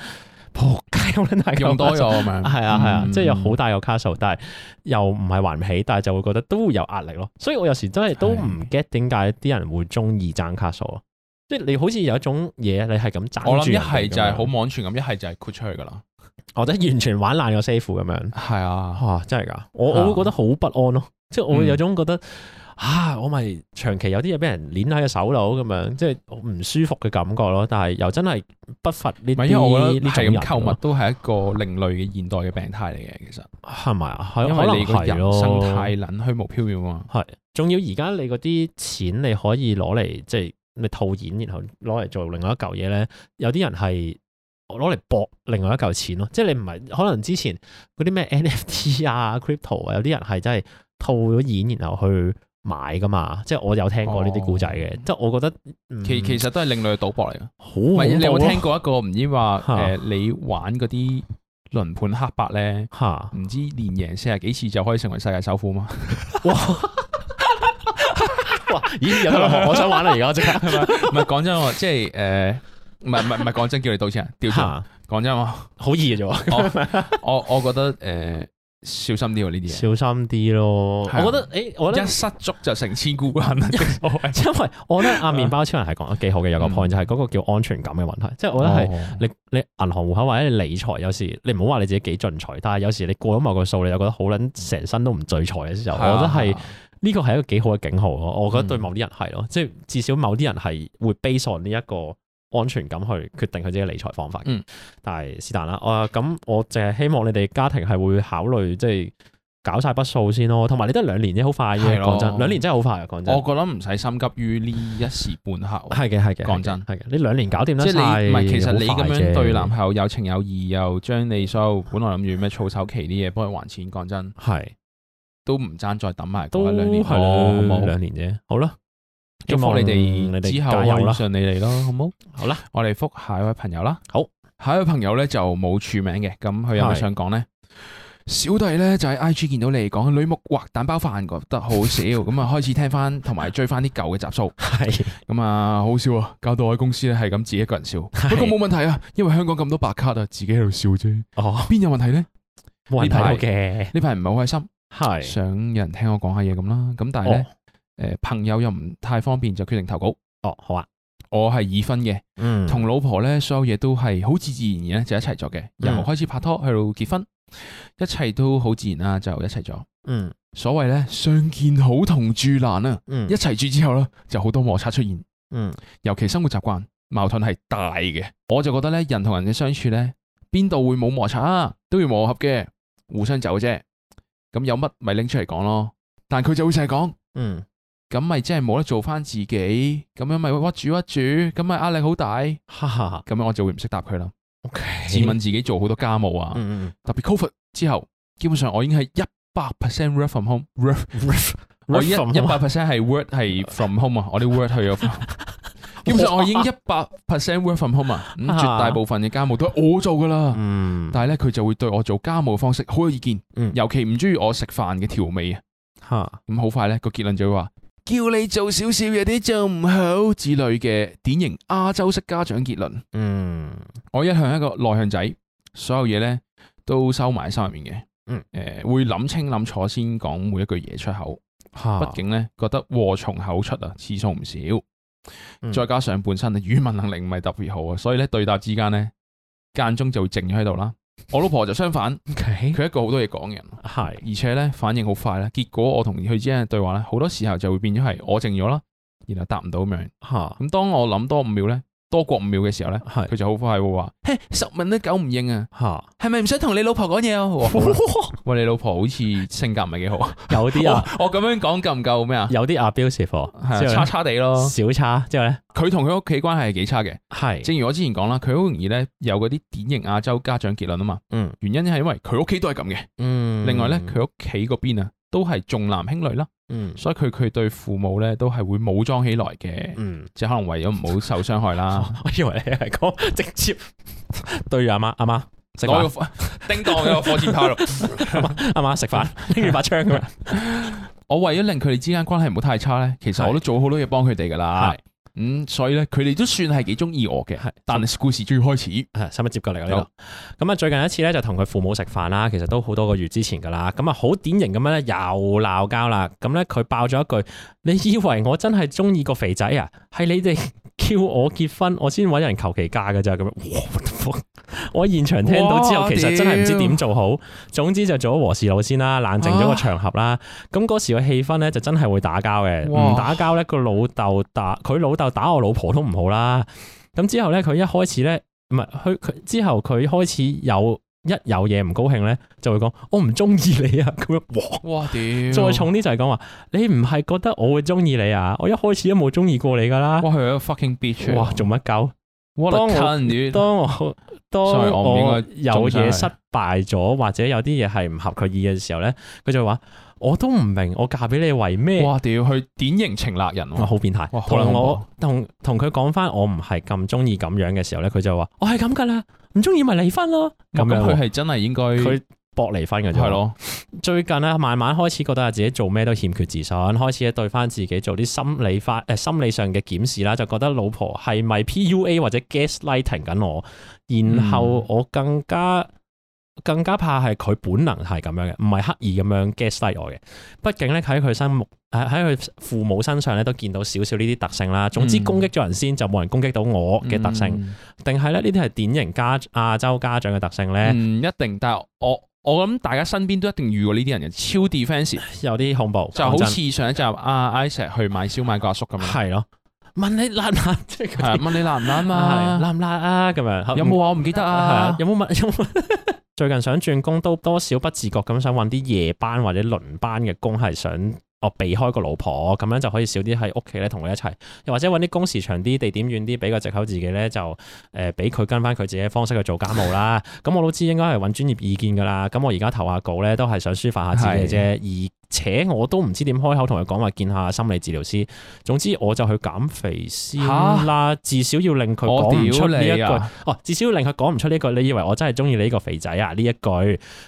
Speaker 1: 仆街好撚大嚿
Speaker 2: 用多
Speaker 1: 卡
Speaker 2: 咗
Speaker 1: 數。
Speaker 2: 咁樣，
Speaker 1: 係啊係啊，
Speaker 2: 嗯
Speaker 1: 即係有好大個卡數，但係又唔係還唔起，但係就會覺得都會有壓力咯。所以我有時真係都唔 get 點解啲人會中意爭卡數咯。即係你好似有一種嘢，你係咁爭住
Speaker 2: 我諗一
Speaker 1: 人哋
Speaker 2: 係就係
Speaker 1: 咁樣
Speaker 2: 好冇安全感，一係就係豁出去噶啦。
Speaker 1: 或者完全玩爛個 safe 咁樣。
Speaker 2: 係啊，
Speaker 1: 哇！真係㗎，我
Speaker 2: 啊
Speaker 1: 我會覺得好不安咯。即係我會有
Speaker 2: 嗯
Speaker 1: 種覺得啊，我咪長期有啲嘢俾人攣喺個手度咁樣，即係唔舒服嘅感覺咯。但係又真係不乏呢
Speaker 2: 唔係因為我覺
Speaker 1: 啲
Speaker 2: 得
Speaker 1: 呢種
Speaker 2: 係
Speaker 1: 人
Speaker 2: 咁購物
Speaker 1: 咯，
Speaker 2: 都係一個另類嘅現代嘅病態嚟嘅，其實
Speaker 1: 係咪啊？係
Speaker 2: 因
Speaker 1: 可
Speaker 2: 為
Speaker 1: 能
Speaker 2: 你個
Speaker 1: 係
Speaker 2: 人
Speaker 1: 咯
Speaker 2: 生太撚虛無縹緲啊嘛。
Speaker 1: 仲要而家你嗰啲錢你可以攞嚟即係你套現，然後攞嚟做另外一嚿嘢咧。有啲人係攞嚟搏另外一嚿錢咯，即係你唔係可能之前嗰啲咩 NFT 啊、crypto 啊，有啲人係真係套咗現，然後去買噶嘛。即係我有聽過呢啲故仔嘅，
Speaker 2: 哦
Speaker 1: 即係我覺得、嗯
Speaker 2: 其其實都係另類嘅賭博嚟嘅。
Speaker 1: 好
Speaker 2: 唔係
Speaker 1: 恐
Speaker 2: 你有
Speaker 1: 怖啊
Speaker 2: 冇
Speaker 1: 咯
Speaker 2: 聽過一個唔知話
Speaker 1: 嚇
Speaker 2: 誒你玩嗰啲輪盤黑白咧，
Speaker 1: 嚇
Speaker 2: 唔知連贏四十幾次就可以成為世界首富 嘛？
Speaker 1: 哇！咦，有得學，我想玩啊啦而家即 刻
Speaker 2: 係咪？唔係講真喎，即係誒，唔係唔係唔係講真，叫你賭錢啊，調轉
Speaker 1: 嚇
Speaker 2: 講真喎，
Speaker 1: 好易嘅啫喎。
Speaker 2: 我我覺得誒小心啲喎呢啲
Speaker 1: 小心啲咯，我
Speaker 2: 係啊
Speaker 1: 覺得，誒，我覺得
Speaker 2: 嘢，一失足就成千古恨啊啦。
Speaker 1: 因為我覺得阿麵包超人係講得幾好嘅，有個
Speaker 2: 嗯哦
Speaker 1: point 就係嗰個叫安全感嘅問題，即係我覺得係
Speaker 2: 係
Speaker 1: 你你銀行戶口或者你理財有時你唔好話你自己幾進取，但係有時你過咗某個數，你又覺得好撚成身都唔聚財嘅時候，
Speaker 2: 啊
Speaker 1: 我覺得係
Speaker 2: 哦
Speaker 1: 呢個係一個幾好嘅警號咯。我覺
Speaker 2: 嗯
Speaker 1: 得對某啲人係咯，即係至少某啲人係會 base on 呢一個安全感去決定佢自己嘅理財方法嘅。
Speaker 2: 嗯
Speaker 1: 但係是但啦，我咁我淨係希望你哋家庭係會考慮即係搞晒筆數先咯，同埋你得兩年啫，好快嘅。
Speaker 2: 係咯
Speaker 1: 講真，兩年真係好快嘅。講真
Speaker 2: 我。覺得唔使心急於呢一時半刻喎。
Speaker 1: 係嘅，係嘅，
Speaker 2: 講真
Speaker 1: 係嘅，你兩年搞掂得
Speaker 2: 即係你唔係，其實
Speaker 1: 實
Speaker 2: 你咁樣對男
Speaker 1: 係
Speaker 2: 朋友有情有義，又將你所有本來諗住咩儲首期啲嘢幫佢還錢，講真
Speaker 1: 係
Speaker 2: 都唔爭再等埋
Speaker 1: 都
Speaker 2: 嗰一兩年
Speaker 1: 係
Speaker 2: 咯，好
Speaker 1: 啦
Speaker 2: 冇？
Speaker 1: 兩年啫，好啦，
Speaker 2: 祝福
Speaker 1: 希望
Speaker 2: 你
Speaker 1: 你
Speaker 2: 哋
Speaker 1: 哋
Speaker 2: 之後
Speaker 1: 加油啦
Speaker 2: 順利嚟咯，好冇？
Speaker 1: 好啦，
Speaker 2: 我哋覆下一位朋友啦。
Speaker 1: 好，
Speaker 2: 下一位朋友咧就冇署名嘅，咁佢有
Speaker 1: 係
Speaker 2: 冇想講呢？小弟咧就喺 I G 見到你講女木畫蛋包飯，覺得好 少，咁啊開始聽翻同埋追翻啲舊嘅集數。
Speaker 1: 係
Speaker 2: 咁啊，好笑啊！搞到我喺公司咧係咁自己一個人笑，不過冇問題啊，因為香港咁多白卡啊，自己喺度笑啫，
Speaker 1: 哦，
Speaker 2: 邊有問題呢？
Speaker 1: 冇人睇到嘅，
Speaker 2: 呢排唔係好開心，
Speaker 1: 係
Speaker 2: 想有人聽我講下嘢咁啦。
Speaker 1: 哦
Speaker 2: 咁但係呢，誒朋友又唔太方便，就決定投稿。
Speaker 1: 哦，好啊，
Speaker 2: 我係已婚嘅，
Speaker 1: 嗯，
Speaker 2: 同老婆呢，所有嘢都係好自自然然咧就一齊咗嘅，由
Speaker 1: 嗯
Speaker 2: 開始拍拖去到結婚，一切都好自然啦，就一齊咗。
Speaker 1: 嗯
Speaker 2: 所謂呢，相見好同住難啊，
Speaker 1: 嗯
Speaker 2: 一齊住之後呢，就好多摩擦出現。
Speaker 1: 嗯
Speaker 2: 尤其生活習慣矛盾係大嘅，我就覺得咧，人同人嘅相處咧，邊度會冇摩擦啊？都要磨合嘅，互相走啫。咁有乜咪拎出嚟講咯。但佢就會成日講，
Speaker 1: 嗯
Speaker 2: 咁咪即係冇得做翻自己，咁樣咪屈住屈住，咁咪壓力好大。咁
Speaker 1: 哈哈哈
Speaker 2: 樣我就會唔識答佢啦。
Speaker 1: ，OK，
Speaker 2: 自問自己做好多家務啊，
Speaker 1: 嗯，
Speaker 2: 特別 Covid 之後，基本上我已經係一百 percent work from home，work
Speaker 1: 嗯
Speaker 2: 我一一
Speaker 1: From 啊 home
Speaker 2: 百 percent 係 work 係 from home 啊，我啲 work 去 咗 from。基本上我已經一百 percent work from home 啊，咁
Speaker 1: 啊
Speaker 2: 絕大部分嘅家務都係我做噶啦。
Speaker 1: 嗯，
Speaker 2: 啊但係咧，佢就會對我做家務嘅方式好有意見
Speaker 1: 嗯，
Speaker 2: 尤其唔中意我食飯嘅調味啊。
Speaker 1: 吓
Speaker 2: 咁好快咧個結論就會話，叫你做少少有啲做唔好之類嘅典型亞洲式家長結論。
Speaker 1: 嗯
Speaker 2: 我一向一個內向仔，所有嘢咧都收埋喺心入面嘅。
Speaker 1: 嗯，
Speaker 2: 誒會諗清諗楚先講每一句嘢出口。
Speaker 1: 吓，
Speaker 2: 畢竟咧覺得禍從口出啊，次數唔少，
Speaker 1: 啊嗯
Speaker 2: 再加上本身嘅語文能力唔係特別好啊，所以咧對答之間咧間中就會靜咗喺度啦。我老婆就相反，
Speaker 1: ，OK，
Speaker 2: 佢一個好多嘢講嘅人，
Speaker 1: 係
Speaker 2: 而且咧反應好快咧。結果我同佢之間嘅對話咧，好多時候就會變咗係我靜咗啦，然後答唔到咁樣。
Speaker 1: 嚇
Speaker 2: 咁當我諗多五秒咧，多過五秒嘅時候咧，
Speaker 1: 係
Speaker 2: 佢就好快會話：，嘿，十問都九唔應啊！
Speaker 1: 嚇，
Speaker 2: 係咪唔想同你老婆講嘢啊？我 話好啦喂，你老婆好似性格唔係幾好啊！
Speaker 1: 有啲啊，
Speaker 2: 我咁樣講夠唔夠咩啊？
Speaker 1: 有啲 abusive
Speaker 2: 係啊
Speaker 1: 喎，
Speaker 2: 差差地咯。
Speaker 1: 之後呢小差之後咧，
Speaker 2: 佢同佢屋企關係係幾差嘅。
Speaker 1: 哦係
Speaker 2: 正如我之前講啦，佢好容易咧有嗰啲典型亞洲家長結論啊嘛。
Speaker 1: 嗯
Speaker 2: 原因係因為佢屋企都係咁嘅。
Speaker 1: 嗯
Speaker 2: 另外咧，佢屋企嗰邊啊都係重男輕女啦，
Speaker 1: 嗯
Speaker 2: 所以佢佢對父母咧都係會武裝起來嘅，
Speaker 1: 嗯，
Speaker 2: 即係可能為咗唔好受傷害啦。
Speaker 1: 啊我以為你係講直接對住阿媽，阿媽食
Speaker 2: 攞個
Speaker 1: 飯，
Speaker 2: 火叮當有個火箭 炮咯。
Speaker 1: 阿媽食飯，拎住把槍咁樣，
Speaker 2: 我為咗令佢哋之間關係唔好太差咧，其實我都做好多嘢幫佢哋噶啦
Speaker 1: 係。
Speaker 2: 嗯，所以咧，佢哋都算係幾中意我嘅
Speaker 1: 係，
Speaker 2: 但係故事最開始
Speaker 1: 係使唔使接過嚟啊？呢度咁啊，最近一次咧就同佢父母食飯啦，其實都好多個月之前噶啦。咁啊，好典型咁樣咧又鬧交啦。咁咧佢爆咗一句：你以為我真係中意個肥仔啊？係你哋 叫我結婚，我先揾人求其嫁噶咋咁樣。 哇！what the fuck！我喺現場聽到之後，
Speaker 2: 哇
Speaker 1: 其實真係唔知點做好。總之就做咗和事佬先啦，冷靜咗個場合啦。咁嗰時個氣氛咧就真係會打交嘅，
Speaker 2: 哇
Speaker 1: 唔打交咧個老豆打佢老豆打我老婆都唔好啦。咁之後咧，佢一開始咧唔係佢佢之後佢開始有一有嘢唔高興咧，就會講我唔中意你啊咁樣。哇！
Speaker 2: 哇屌！
Speaker 1: 再重啲就係講話你唔係覺得我會中意你啊？我一開始都冇中意過你噶啦。
Speaker 2: 哇，佢係一個 fucking bitch 啊嚟。
Speaker 1: 哇！做乜鳩？
Speaker 2: 我
Speaker 1: 當我
Speaker 2: 我
Speaker 1: 當我當
Speaker 2: Sorry，我唔應該
Speaker 1: 我有
Speaker 2: 中傷
Speaker 1: 嘢
Speaker 2: 佢
Speaker 1: 失敗咗，或者有啲嘢係唔合佢意嘅時候咧，佢就話：我都唔明，我嫁俾你為咩？
Speaker 2: 哇屌，佢典型情勒人
Speaker 1: 哇，
Speaker 2: 喎。
Speaker 1: 好變態！
Speaker 2: 哇好
Speaker 1: 同埋
Speaker 2: 恐怖啊
Speaker 1: 我同同佢講翻我唔係咁中意咁樣嘅時候咧，佢就話：我係咁噶啦，唔中意咪離婚咯。咁
Speaker 2: 咁
Speaker 1: 樣
Speaker 2: 佢
Speaker 1: 喎
Speaker 2: 係真係應該
Speaker 1: 佢搏離婚嘅啫。
Speaker 2: 係。咯，
Speaker 1: 最近咧，慢慢開始覺得自己做咩都欠缺自信，開始對翻自己做啲心理化誒、呃心理上嘅檢視啦，就覺得老婆係咪 PUA 或者 gaslighting 緊我，然後
Speaker 2: 嗯
Speaker 1: 我更加。更加怕係佢本能係咁樣嘅，唔係刻意咁樣 gaslight 我嘅。畢竟咧喺佢身目喺喺佢父母身上咧都見到少少呢啲特性啦。總之
Speaker 2: 嗯
Speaker 1: 攻擊咗人先就冇人攻擊到我嘅特性，
Speaker 2: 嗯
Speaker 1: 定係咧呢啲係典型家亞洲家長嘅特性咧，
Speaker 2: 唔嗯一定，但係我我諗大家身邊都一定遇過呢啲人嘅，超 defensive，
Speaker 1: 有啲恐怖。
Speaker 2: 就好
Speaker 1: 講真
Speaker 2: 似上一集阿 Isaac 去買燒賣個阿叔咁樣，
Speaker 1: 係咯，問你辣唔辣，即係
Speaker 2: 係啊
Speaker 1: 嗰啲
Speaker 2: 問你辣唔辣 啊
Speaker 1: 係
Speaker 2: 嘛？
Speaker 1: 辣唔辣啊咁樣，
Speaker 2: 有冇話我唔記得
Speaker 1: 係啊
Speaker 2: 啊？
Speaker 1: 有冇問有冇？最近想轉工都多少不自覺咁想揾啲夜班或者輪班嘅工，係想哦避開個老婆，咁樣就可以少啲喺屋企咧同佢一齊，又或者揾啲工時長啲、地點遠啲，俾個藉口自己咧就誒俾佢跟翻佢自己嘅方式去做家務啦。咁我都知應該係揾專業意見噶啦。咁我而家投下稿咧都係想抒發下自己啫，而且我都唔知點開口同佢講話見下心理治療師。總之我就去減肥先啦，至少要令佢
Speaker 2: 我
Speaker 1: 講唔
Speaker 2: 屌
Speaker 1: 出呢一
Speaker 2: 你
Speaker 1: 句。
Speaker 2: 啊！
Speaker 1: 哦，至少令佢講唔出呢句，你以為我真係中意你呢個肥仔啊？呢一句，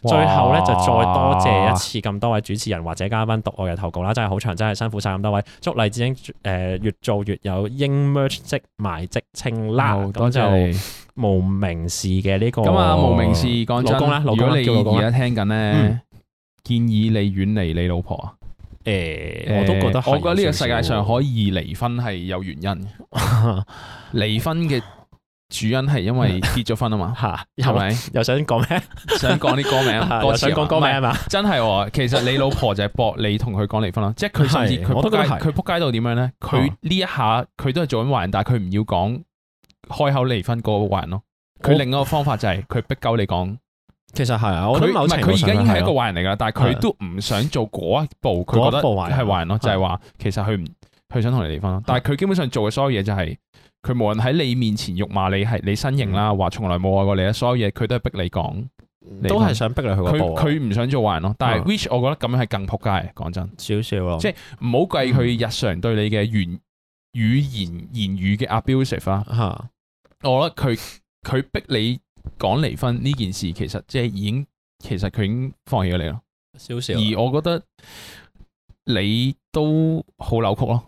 Speaker 1: 最後咧就再多謝一次咁多位主持人或者嘉賓讀我嘅投稿啦，真係好長，真係辛苦晒咁多位，祝黎智英誒、呃越做越有英 merch 即埋即清啦，
Speaker 2: 好
Speaker 1: 咁
Speaker 2: 多
Speaker 1: 就
Speaker 2: 謝你。
Speaker 1: 無名氏嘅呢個
Speaker 2: 咁啊，無名氏講真，
Speaker 1: 老公啦老公啦叫
Speaker 2: 如
Speaker 1: 老公
Speaker 2: 果
Speaker 1: 啦
Speaker 2: 你而家聽緊咧
Speaker 1: 嗯，
Speaker 2: 建議你遠離你老婆啊。
Speaker 1: 誒、呃我都覺得係
Speaker 2: 呃我覺得呢個
Speaker 1: 有
Speaker 2: 世
Speaker 1: 少
Speaker 2: 界
Speaker 1: 少
Speaker 2: 上可以離婚係有原因嘅。離婚嘅主因係因 為結咗婚啊嘛，
Speaker 1: 嚇，
Speaker 2: 係
Speaker 1: 又
Speaker 2: 咪？
Speaker 1: 又想講咩？
Speaker 2: 想講啲歌名啊，
Speaker 1: 又
Speaker 2: 詞
Speaker 1: 想
Speaker 2: 啊
Speaker 1: 講歌名
Speaker 2: 唔 係
Speaker 1: 係嘛？
Speaker 2: 真係喎。其實你老婆就係搏你同佢講離婚啦，即係佢甚至
Speaker 1: 係
Speaker 2: 佢
Speaker 1: 我都
Speaker 2: 仆街
Speaker 1: 覺得，係
Speaker 2: 佢仆街到點樣咧？佢
Speaker 1: 啊
Speaker 2: 呢一下佢都係做緊壞人，但係佢唔要講開口離婚嗰個壞人咯。佢
Speaker 1: 我
Speaker 2: 另一個方法就係佢逼鳩你講。
Speaker 1: 其實係啊，我
Speaker 2: 佢
Speaker 1: 諗
Speaker 2: 唔
Speaker 1: 某
Speaker 2: 係
Speaker 1: 程
Speaker 2: 佢
Speaker 1: 度
Speaker 2: 而
Speaker 1: 上
Speaker 2: 家已經係一個
Speaker 1: 係啊
Speaker 2: 壞人嚟噶，但係佢都唔想做嗰一步，佢覺
Speaker 1: 嗰
Speaker 2: 得
Speaker 1: 一步壞人啊
Speaker 2: 係壞人咯，
Speaker 1: 係
Speaker 2: 就係話其實佢唔佢想同你離婚咯。但係佢基本上做嘅所有嘢就係佢無論喺你面前辱罵你係你身形
Speaker 1: 嗯
Speaker 2: 啦，話從來冇愛過你啦，所有嘢佢都係逼你講。離婚
Speaker 1: 都係想逼你去嗰
Speaker 2: 佢
Speaker 1: 步啊，
Speaker 2: 佢唔想做壞人咯，但係
Speaker 1: 嗯
Speaker 2: which 我覺得咁樣係更仆街。講真，
Speaker 1: 少少啊咯，
Speaker 2: 即係唔好計佢日常對你嘅言語言言語嘅 abusive 啦。
Speaker 1: 嚇。
Speaker 2: 我覺得佢佢逼你講離婚呢件事，其實即係已經其實佢已經放棄咗你咯。
Speaker 1: 少啊少，
Speaker 2: 而我覺得你都好扭曲咯。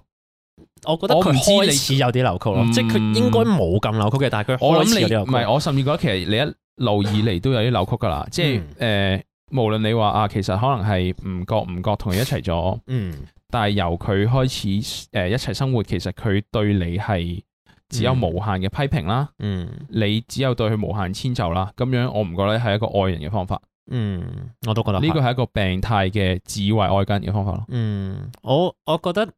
Speaker 1: 我覺得
Speaker 2: 我
Speaker 1: 佢
Speaker 2: 唔知
Speaker 1: 開
Speaker 2: 你
Speaker 1: 始有啲扭曲咯，
Speaker 2: 嗯
Speaker 1: 即係佢應該冇咁扭曲嘅，但係佢
Speaker 2: 我
Speaker 1: 開
Speaker 2: 諗
Speaker 1: 始
Speaker 2: 你
Speaker 1: 有啲扭
Speaker 2: 唔係，
Speaker 1: 曲。嗯
Speaker 2: 我甚至覺得其實你一路以嚟都有啲扭曲噶啦。即係誒、呃，無論你話啊，其實可能係唔覺唔覺同佢一齊咗，
Speaker 1: 嗯，
Speaker 2: 但係由佢開始誒、呃一齊生活，其實佢對你係只有
Speaker 1: 嗯
Speaker 2: 無限嘅批評啦，
Speaker 1: 嗯
Speaker 2: 你只有對佢無限遷就啦，咁樣我唔覺得係一個愛人嘅方法，
Speaker 1: 嗯，我都覺得
Speaker 2: 呢
Speaker 1: 係
Speaker 2: 個係一個病態嘅自為愛緊嘅方法咯。
Speaker 1: 嗯，我我覺得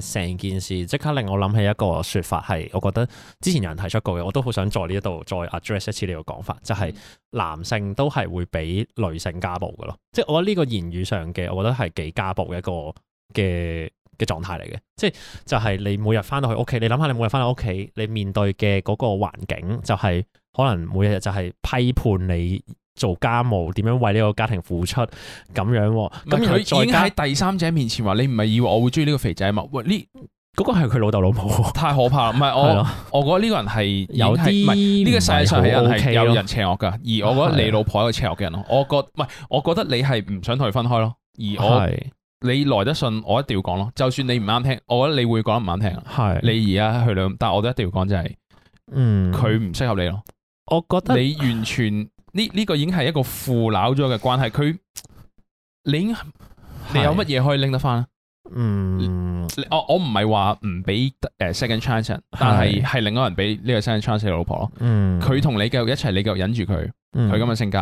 Speaker 1: 誒成、件事即刻令我諗起一個説法係，我覺得之前有人提出過嘅，我都好想在呢一度再 address 一次呢個講法，就
Speaker 2: 嗯
Speaker 1: 係、男性都係會俾女性家暴嘅咯。即係我覺得呢個言語上嘅，我覺得係幾家暴嘅一個嘅嘅狀態嚟嘅。即係就係你每日翻到去屋企，你諗下你每日翻到屋企，你面對嘅嗰個環境就係、可能每日就係批判你做家務點樣為呢個家庭付出咁樣喎。
Speaker 2: 咁
Speaker 1: 咁然後
Speaker 2: 佢已
Speaker 1: 再
Speaker 2: 經
Speaker 1: 加
Speaker 2: 喺第三者面前話你唔係以為我會中意呢個肥仔嘛？喂，呢
Speaker 1: 嗰個係佢老豆老母喎，
Speaker 2: 太可怕啦！唔係
Speaker 1: 係
Speaker 2: 我
Speaker 1: 咯，
Speaker 2: 我覺得呢個人係哦已經係
Speaker 1: 有
Speaker 2: 唔係
Speaker 1: 啲
Speaker 2: 呢個世界上係有人係有
Speaker 1: 人
Speaker 2: 人邪惡噶，而我覺
Speaker 1: 啊
Speaker 2: 得你老婆係一個邪惡嘅人咯。我覺唔係，我覺得你係唔想同佢分開咯。而我
Speaker 1: 係
Speaker 2: 你來得順，我一定要講咯。就算你唔啱聽，我覺得你會講得唔啱聽啊。
Speaker 1: 係
Speaker 2: 你而家去兩，但係我都一定要講就係
Speaker 1: 嗯
Speaker 2: 佢唔適合你咯。
Speaker 1: 我覺得
Speaker 2: 你完全呢呢個已經係一個腐朽咗嘅關係。佢你已經你有乜嘢可以拎得翻？
Speaker 1: 嗯
Speaker 2: 你我我唔係話唔俾誒 second chance，人但係係另一個人俾呢個 second chance 嘅老婆咯。
Speaker 1: 嗯
Speaker 2: 佢同你繼續一齊，你繼續忍住佢，
Speaker 1: 佢
Speaker 2: 佢咁嘅性格，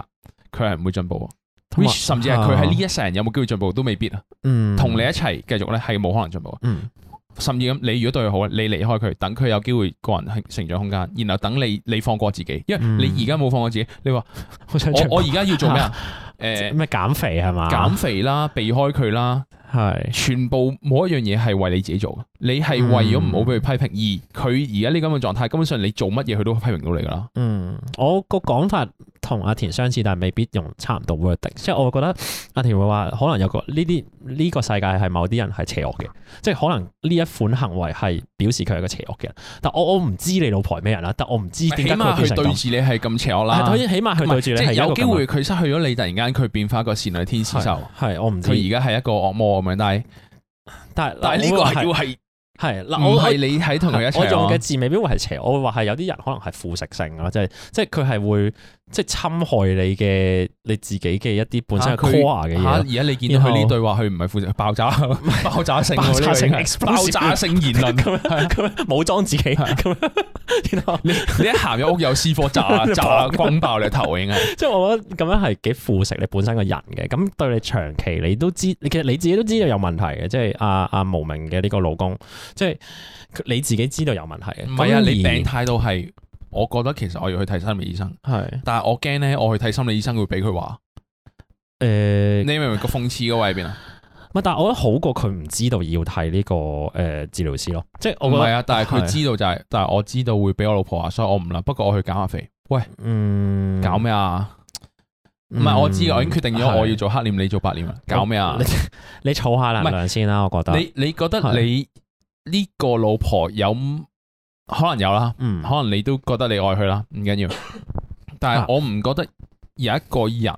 Speaker 2: 佢係唔會進步
Speaker 1: 同埋啊
Speaker 2: which 甚至係佢喺呢一世人有冇機會進步都未必啊。
Speaker 1: 嗯
Speaker 2: 同你一齊繼續咧係冇可能進步啊。
Speaker 1: 嗯
Speaker 2: 甚至咁，你如果對佢好咧，你離開佢，等佢有機會個人成長空間，然後等你你放過自己，因為
Speaker 1: 嗯
Speaker 2: 你而家冇放過自己，你話
Speaker 1: 好想
Speaker 2: 我我而家要做 咩啊？誒
Speaker 1: 咩減肥係嘛？
Speaker 2: 減肥啦，避開佢啦，
Speaker 1: 係
Speaker 2: 全部冇一樣嘢係為你自己做嘅，你係為咗唔好俾佢批評，而佢而家呢咁嘅狀態，根本上你做乜嘢佢都批評到你噶啦。
Speaker 1: 嗯，我個講法同阿田相似，但係未必用差唔多 wording，即係我覺得阿田會話可能有個呢啲呢個世界係某啲人係邪惡嘅，即係可能呢一款行為係表示佢係一個邪惡嘅人，但我我唔知你老婆係咩人啦，啊但我唔知
Speaker 2: 起
Speaker 1: 點解
Speaker 2: 碼
Speaker 1: 佢變
Speaker 2: 佢
Speaker 1: 成
Speaker 2: 對
Speaker 1: 咁。
Speaker 2: 住你係咁啊邪惡啦，
Speaker 1: 係起 碼佢對住你
Speaker 2: 即
Speaker 1: 係
Speaker 2: 係
Speaker 1: 一個
Speaker 2: 有機
Speaker 1: 咁樣
Speaker 2: 會佢失去咗你，突然間佢變翻一個善良天使獸，
Speaker 1: 係我唔知，
Speaker 2: 佢而家係一個惡魔咁樣，但係
Speaker 1: 但係
Speaker 2: 但係呢個係要係
Speaker 1: 係嗱，我
Speaker 2: 唔係
Speaker 1: 我
Speaker 2: 你喺同佢一齊啊
Speaker 1: 我用
Speaker 2: 咯
Speaker 1: 嘅字未必會係邪，我會話係有啲人可能係腐蝕性啊咯，即係即係佢係會即係侵害你嘅你自己嘅一啲本身
Speaker 2: 啊
Speaker 1: 嘅
Speaker 2: 佢
Speaker 1: core 嘅
Speaker 2: 嚇而
Speaker 1: 嘢咯。
Speaker 2: 家你見到佢呢對話，佢唔係負責爆炸， 爆炸性喎，
Speaker 1: 爆炸性
Speaker 2: 呢個已經係
Speaker 1: explosive
Speaker 2: 爆炸性言論。
Speaker 1: 咁樣咁樣武裝自己
Speaker 2: 係
Speaker 1: 咁 樣，然後
Speaker 2: 你 你一行入屋有私貨炸炸轟爆你頭，應該
Speaker 1: 即係我覺得咁樣係幾腐蝕你本身個人嘅，咁對你長期你都知，你其實你自己都知道有問題嘅，即係阿阿無名嘅呢個老公，即係佢你自己知道有問題嘅。
Speaker 2: 唔係啊！
Speaker 1: 咁
Speaker 2: 你
Speaker 1: 而
Speaker 2: 病態到係，我覺得其實我要去睇心理醫生，
Speaker 1: 係
Speaker 2: 但係我驚咧，我去睇心理醫生會俾佢話，
Speaker 1: 誒
Speaker 2: 你明唔明個諷刺嗰位喺邊啊？
Speaker 1: 唔係，但係我覺得好過佢唔知道要睇呢、個誒、呃治療師咯，即係我
Speaker 2: 唔
Speaker 1: 覺得
Speaker 2: 係啊，但係
Speaker 1: 係
Speaker 2: 佢知道就係，但係我知道會俾我老婆話，啊所以我唔啦。不過我去減下肥，喂，
Speaker 1: 嗯
Speaker 2: 搞咩啊？唔嗯係我知，我已經決定咗我要
Speaker 1: 係
Speaker 2: 做黑臉，你做白臉啦，搞咩啊
Speaker 1: 你？你儲下能量先啦，我覺得
Speaker 2: 你你覺得
Speaker 1: 係
Speaker 2: 你呢個老婆有可能有啦，
Speaker 1: 嗯
Speaker 2: 可能你都覺得你愛佢啦，唔緊 要。但
Speaker 1: 啊
Speaker 2: 係我唔覺得有一個人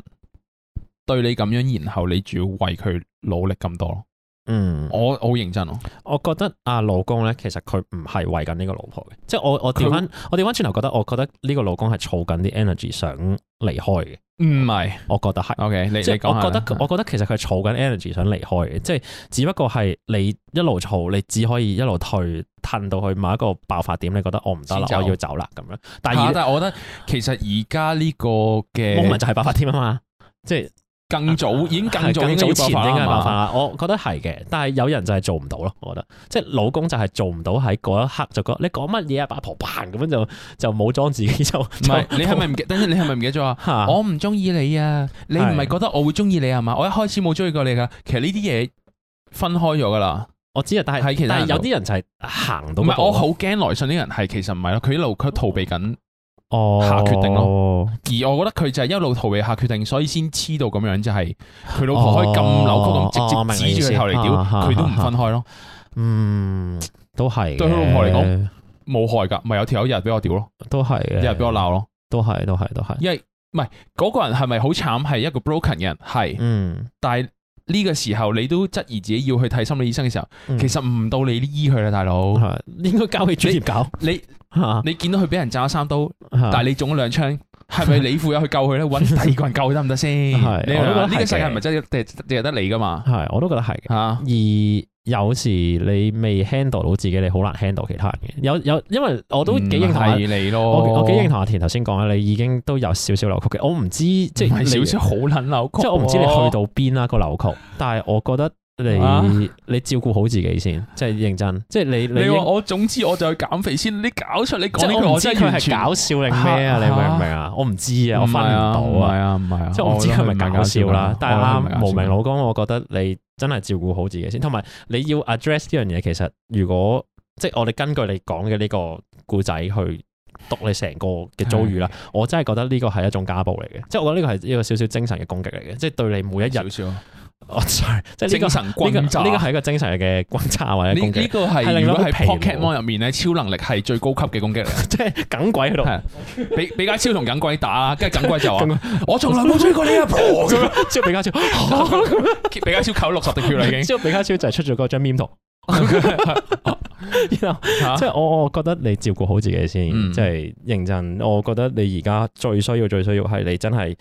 Speaker 2: 對你咁樣，然後你仲要為佢努力咁多咯。
Speaker 1: 嗯，
Speaker 2: 我我好認真咯，
Speaker 1: 我覺得阿老公咧，其實佢唔係為緊呢個老婆嘅，即係我我調翻我調翻轉頭覺得，我覺得呢個老公係儲緊啲 energy 想離開嘅，
Speaker 2: 唔係
Speaker 1: 我覺得係。
Speaker 2: ，OK，你你
Speaker 1: 即係
Speaker 2: 講
Speaker 1: 我
Speaker 2: 下
Speaker 1: 覺得
Speaker 2: 啦
Speaker 1: 佢，我覺得其實佢係儲緊 energy 想離開嘅，即係只不過係你一路儲，你只可以一路退，褪到去某一個爆發點，你覺得我唔得啦，
Speaker 2: 先
Speaker 1: 我
Speaker 2: 走
Speaker 1: 要走啦咁樣。但
Speaker 2: 嚇
Speaker 1: 係
Speaker 2: 啊但係我覺得其實而家呢個
Speaker 1: 而 moment
Speaker 2: 嘅
Speaker 1: 就係爆發點啊嘛，即係
Speaker 2: 更早已經更早
Speaker 1: 係啊
Speaker 2: 應該
Speaker 1: 早
Speaker 2: 要
Speaker 1: 前
Speaker 2: 爆
Speaker 1: 應該係
Speaker 2: 發啦
Speaker 1: 辦
Speaker 2: 嘛
Speaker 1: 法啦。我覺得係嘅，但係有人就係做唔到咯。我覺得即係老公就係做唔到喺嗰一刻就覺得你講乜嘢啊，八婆扮咁樣就就武裝自己就唔
Speaker 2: 唔係你係咪唔記？等陣你係咪唔記得咗啊？
Speaker 1: 嚇？
Speaker 2: 我唔中意你啊！你唔係覺得我會中意你係嘛？我一開始冇中意過你噶。其實呢啲嘢分開咗噶啦。
Speaker 1: 我知啊，但
Speaker 2: 係
Speaker 1: 係
Speaker 2: 其他
Speaker 1: 但
Speaker 2: 人
Speaker 1: 係有啲人就係行
Speaker 2: 唔
Speaker 1: 到嗰
Speaker 2: 係
Speaker 1: 步
Speaker 2: 我好驚來信啲人係其實唔係咯，佢一路佢逃避緊，
Speaker 1: 哦
Speaker 2: 下決定而我覺得佢就係一路逃避下決定，所以先黐到咁樣，就係佢老婆可以
Speaker 1: 哦哦
Speaker 2: 咁
Speaker 1: 我
Speaker 2: 扭
Speaker 1: 明
Speaker 2: 曲
Speaker 1: 你
Speaker 2: 咁
Speaker 1: 意
Speaker 2: 直接
Speaker 1: 思
Speaker 2: 指住佢頭嚟屌，
Speaker 1: 啊啊
Speaker 2: 佢都唔分開咯，
Speaker 1: 嗯，都係嘅
Speaker 2: 對佢老婆嚟講冇害㗎。咪有條友日日俾我屌咯，
Speaker 1: 都係
Speaker 2: 日
Speaker 1: 嘅，
Speaker 2: 日俾我鬧咯。
Speaker 1: 都係都係都係，
Speaker 2: 因為唔係嗰個人係咪好慘？係一個 broken 嘅人係，
Speaker 1: 嗯，
Speaker 2: 但係呢個時候你都質疑自己要去睇心理醫生嘅時候，
Speaker 1: 嗯
Speaker 2: 其實唔到你醫佢啦，大佬。
Speaker 1: 係應該交俾專業搞
Speaker 2: 你
Speaker 1: 嚇，
Speaker 2: 你見到佢俾人炸三刀，但
Speaker 1: 但
Speaker 2: 係你中咗兩槍，係咪你負有去 救佢咧？揾第二個人救得唔得先？
Speaker 1: 係
Speaker 2: 你明唔明
Speaker 1: 我
Speaker 2: 啊
Speaker 1: 都覺得係嗯
Speaker 2: 呢個世界
Speaker 1: 嘅
Speaker 2: 唔係真係淨係得你噶嘛？
Speaker 1: 係我都覺得係嘅。
Speaker 2: 嚇
Speaker 1: 而有時你未 handle 到自己，你好難 handle 其他人嘅。有有，因為我都幾認同阿
Speaker 2: 嗯係哦你咯，
Speaker 1: 我我幾認同阿田頭先講啦，你已經都有少少扭曲嘅。我唔知即
Speaker 2: 即
Speaker 1: 係
Speaker 2: 係
Speaker 1: 你
Speaker 2: 少少好撚扭曲喎，
Speaker 1: 即係我唔知你去到邊啦個扭曲，但係我覺得你、
Speaker 2: 啊
Speaker 1: 你照顧好自己先，即係認真。即係你
Speaker 2: 你
Speaker 1: 應
Speaker 2: 話我總之我就去減肥先，你搞出你
Speaker 1: 即
Speaker 2: 講呢
Speaker 1: 係
Speaker 2: 句
Speaker 1: 我唔
Speaker 2: 我
Speaker 1: 知
Speaker 2: 真係
Speaker 1: 佢
Speaker 2: 完
Speaker 1: 係
Speaker 2: 全
Speaker 1: 搞笑定咩啊？
Speaker 2: 嚇
Speaker 1: 你明唔明啊？我唔知啊，我分唔
Speaker 2: 唔
Speaker 1: 到
Speaker 2: 係
Speaker 1: 啊。
Speaker 2: 啊，唔係啊，
Speaker 1: 即係我唔知
Speaker 2: 覺
Speaker 1: 佢
Speaker 2: 得
Speaker 1: 係
Speaker 2: 唔
Speaker 1: 咪搞笑啦，但係
Speaker 2: 我覺得
Speaker 1: 啱
Speaker 2: 唔係搞
Speaker 1: 無名
Speaker 2: 笑
Speaker 1: 老公，我覺得你真係照顧好自己先，同埋你要 address 呢樣嘢。其實如果即係我哋根據你講嘅呢個故仔去讀你成個嘅遭遇啦，我真係覺得呢個係一種家暴嚟嘅，即係我覺得呢個係一個少少精神嘅攻擊嚟嘅，即係對你每一
Speaker 2: 少
Speaker 1: 日，
Speaker 2: 少啊
Speaker 1: 我 sorry，即係呢個
Speaker 2: 精神轟
Speaker 1: 呢
Speaker 2: 炸
Speaker 1: 個呢個係一個精神嘅轟炸或者
Speaker 2: 呢
Speaker 1: 攻
Speaker 2: 呢
Speaker 1: 擊，
Speaker 2: 個
Speaker 1: 係
Speaker 2: 係
Speaker 1: 令
Speaker 2: 如
Speaker 1: 到
Speaker 2: 果
Speaker 1: 佢
Speaker 2: 喺
Speaker 1: 疲勞
Speaker 2: Pokemon 入面咧，超能力係最高級嘅攻 擊嚟，
Speaker 1: 即係梗鬼喺度，
Speaker 2: 係比比家超同緊鬼打啦，跟住緊鬼 就話
Speaker 1: 緊：
Speaker 2: 我從來冇追過你 阿婆咁樣，
Speaker 1: 之後比卡超，
Speaker 2: 比家超扣六十滴血啦已 經
Speaker 1: 之後比卡超就係出咗嗰張 meme 圖，然後。
Speaker 2: 嚇
Speaker 1: 即係我我覺得你照顧好自己先，
Speaker 2: 啊嗯
Speaker 1: 即係認真。我覺得你而家最需要最需要係你真係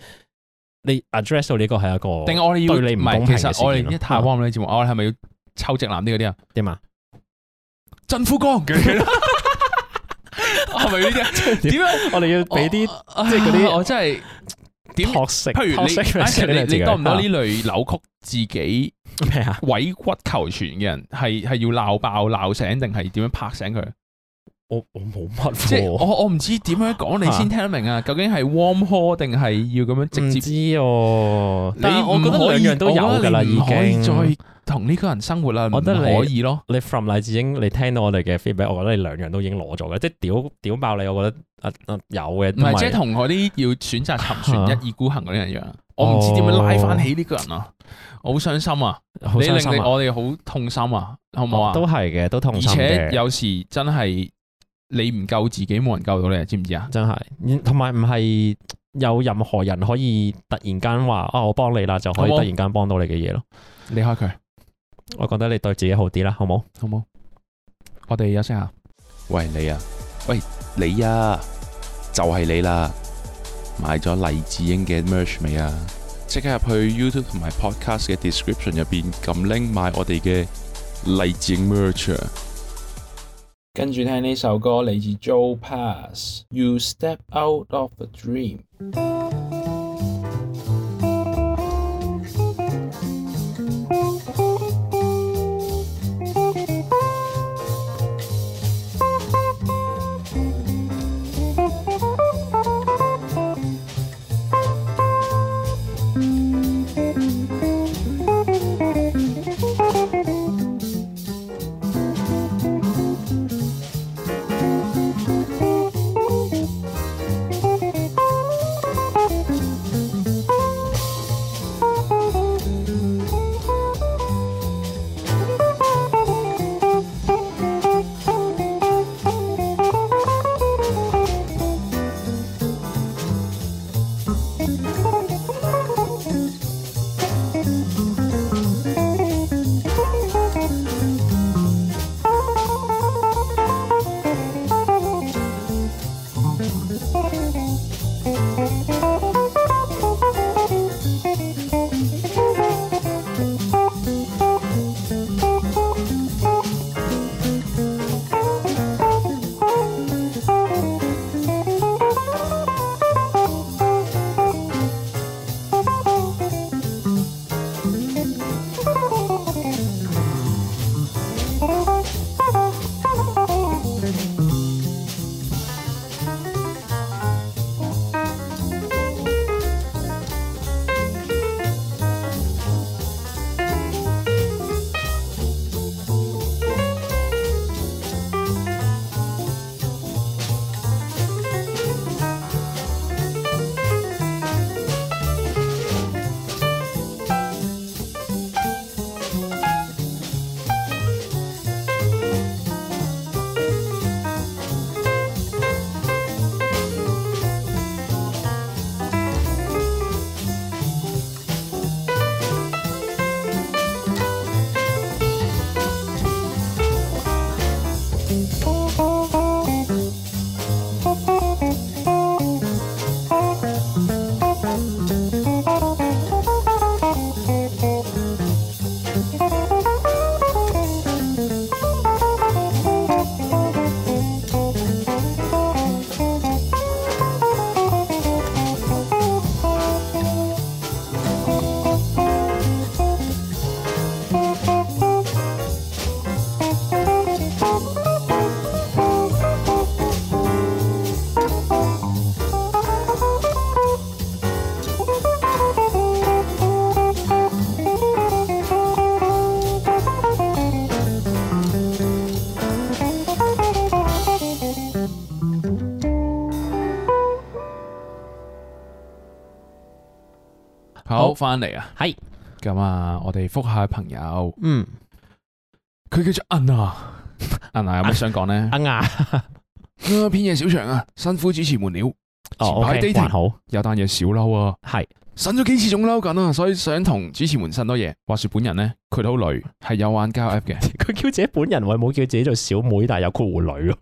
Speaker 1: 你 address 到呢個係一個
Speaker 2: 定我哋要
Speaker 1: 對你唔
Speaker 2: 唔係
Speaker 1: 公
Speaker 2: 其
Speaker 1: 平嘅事
Speaker 2: 實我哋
Speaker 1: 件咯
Speaker 2: 一太 warm 呢啲節目，我哋係咪要抽直男啲嗰啲啊？
Speaker 1: 點啊？
Speaker 2: 振 夫光嘅，係咪呢啲？啊點樣？
Speaker 1: 我哋要俾啲
Speaker 2: 即
Speaker 1: 即係嗰啲
Speaker 2: 我真係哦點？
Speaker 1: 學識，
Speaker 2: 譬如
Speaker 1: toxic
Speaker 2: 你，
Speaker 1: message 呢
Speaker 2: 你
Speaker 1: 個字
Speaker 2: 你
Speaker 1: 嘅
Speaker 2: 多唔多呢
Speaker 1: 啊
Speaker 2: 類扭曲自己、
Speaker 1: 咩啊？
Speaker 2: 委屈求全嘅人，係係要鬧爆、鬧醒，定係點樣拍醒佢？
Speaker 1: 我我冇乜
Speaker 2: 即係
Speaker 1: 喎，
Speaker 2: 我我唔知點樣講你先聽得明啊！究竟係 warm call 定係要咁樣
Speaker 1: 唔
Speaker 2: 直接？
Speaker 1: 知哦。嗯但係
Speaker 2: 你
Speaker 1: 我覺
Speaker 2: 唔可
Speaker 1: 得
Speaker 2: 以
Speaker 1: 兩樣都有㗎啦，
Speaker 2: 我覺得你
Speaker 1: 已
Speaker 2: 唔可以
Speaker 1: 經。
Speaker 2: 再同呢個人生活啦，唔
Speaker 1: 我覺得你
Speaker 2: 可以咯。
Speaker 1: 你 from 黎智英，你聽到我哋嘅 feedback，我覺得你兩樣都已經攞咗嘅，即係屌屌爆你，我覺得啊啊有嘅，
Speaker 2: 唔係即係同嗰啲要選擇沉船
Speaker 1: 嚇
Speaker 2: 一意孤行嗰啲人一樣，啊我唔知點樣拉翻起呢個人啊！我好傷心啊！
Speaker 1: 哦好
Speaker 2: 你
Speaker 1: 傷
Speaker 2: 令
Speaker 1: 心
Speaker 2: 你
Speaker 1: 啊
Speaker 2: 我哋好痛心啊，好唔好啊？
Speaker 1: 都係嘅，都痛
Speaker 2: 而
Speaker 1: 心嘅
Speaker 2: 且有時真係你唔救自己，冇人救到你，知唔知啊？
Speaker 1: 真係，同埋唔係有任何人可以突然間話啊，我幫你啦，就可以
Speaker 2: 好冇
Speaker 1: 突然間幫到你嘅嘢咯。
Speaker 2: 離開佢，
Speaker 1: 我覺得你對自己好啲啦，好冇？
Speaker 2: 好冇？我哋休息下。
Speaker 4: 喂你啊，喂你啊，就係、你啦！買咗黎智英嘅 merch 未啊？即刻入去 YouTube 同埋 Podcast 嘅 description 入邊撳 link 買我哋嘅黎智英 merch 啊！
Speaker 2: 跟住聽呢首歌嚟自 Joe Pass，《You Step Out of the Dream》。
Speaker 5: Thank
Speaker 2: 翻嚟啊！
Speaker 1: 係
Speaker 2: 咁啊，我哋覆下朋友，
Speaker 1: 嗯，
Speaker 2: 佢叫做恩啊，恩啊，有乜想講呢？
Speaker 1: 阿牙，
Speaker 2: 啊偏夜小長啊，辛苦主持們了。
Speaker 1: 哦
Speaker 2: 前排
Speaker 1: ，OK，
Speaker 2: dating
Speaker 1: 還好，
Speaker 2: 有單嘢小嬲啊，
Speaker 1: 係
Speaker 2: 呻咗幾次仲嬲緊啊，所以想同主持們呻多嘢。話說本人呢，佢好女，係有玩交友 app 嘅，
Speaker 1: 佢叫自己本人喎，冇叫自己做小妹，但係有括弧 女喎。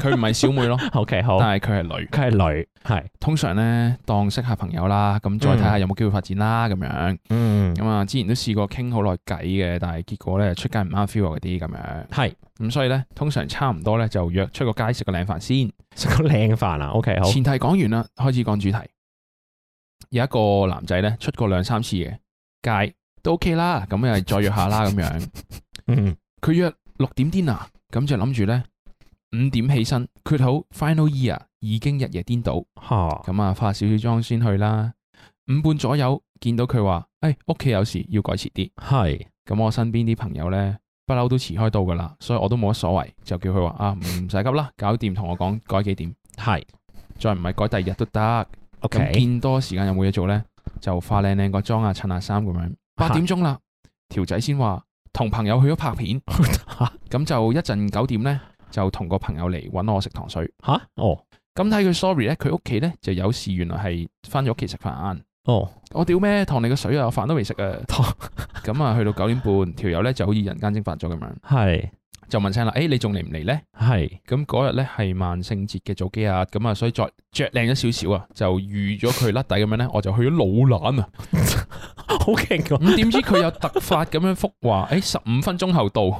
Speaker 2: 佢唔係小妹咯，
Speaker 1: OK，好，
Speaker 2: 但係佢係女。
Speaker 1: 佢係女，係，
Speaker 2: 通常呢，當識下朋友啦，咁再睇下有冇機會發展啦，咁樣。
Speaker 1: 嗯，
Speaker 2: 咁啊，之前都試過傾好耐偈嘅，但係結果咧出街唔啱 feel 啊嗰啲咁樣。
Speaker 1: 係
Speaker 2: 咁所以咧，通常差唔多咧就約出個街食個靚飯先。
Speaker 1: 食個靚飯啊，OK，好，
Speaker 2: 前提講完啦，開始講主題。有一個男仔咧出過兩三次嘅街都 OK 啦，咁又再約下啦咁樣。
Speaker 1: 嗯，
Speaker 2: 佢約六點 dinner，咁就諗住咧五點起身。佢好 final year 已經日夜顛倒，
Speaker 1: 嚇，
Speaker 2: 咁啊化少少妝先去啦。五半左右見到佢話：，誒屋企有事要改遲啲。
Speaker 1: 係，
Speaker 2: 咁我身邊啲朋友呢，不嬲都遲開到噶啦，所以我都冇乜所謂，就叫佢話啊唔使急啦，搞掂同我講改幾點，
Speaker 1: 係
Speaker 2: 再唔係改第二日都得。咁
Speaker 1: ，OK，
Speaker 2: 見多時間有冇嘢做呢？就化靚靚個妝啊，襯下衫咁樣。八點鐘啦，條仔先話同朋友去咗拍片，咁就一陣九點呢，就同個朋友嚟揾我食糖水。
Speaker 1: 嚇，哦，
Speaker 2: 咁睇佢 sorry 呢，佢屋企呢就有事，原來係翻咗屋企食飯。
Speaker 1: 哦，
Speaker 2: 我屌咩？糖你個水啊，我飯都未食啊！咁啊，去到九點半，條友呢就好似人間蒸發咗咁樣。
Speaker 1: 係，
Speaker 2: 就問聲啦，誒、你仲嚟唔嚟呢？
Speaker 1: 係，
Speaker 2: 咁嗰日呢係萬聖節嘅早幾日，咁啊，所以再着靚咗少少啊，就預咗佢甩底咁樣呢，我就去咗老蘭啊。
Speaker 1: 好勁喎，
Speaker 2: 咁點知佢有突發咁樣覆話， 誒十五分鐘後到，咁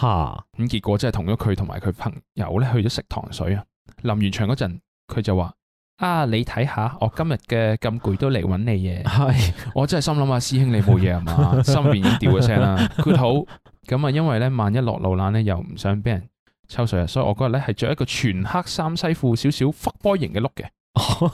Speaker 1: 嚇，
Speaker 2: 結果真係同咗佢同埋佢朋友呢去咗食糖水啊。臨完場嗰陣，佢就話：啊，你睇下，我今日嘅咁攰都嚟揾你嘢。
Speaker 1: 係，
Speaker 2: 我真係心諗啊，師兄你冇嘢 係嘛？心入邊已經掉咗聲啦。佢好咁啊，因為咧，萬一落路冷咧，又唔想俾人抽水啊，所以我嗰日咧係着一個全黑衫西褲，少少 fuck boy 型嘅 look 嘅，
Speaker 1: 哦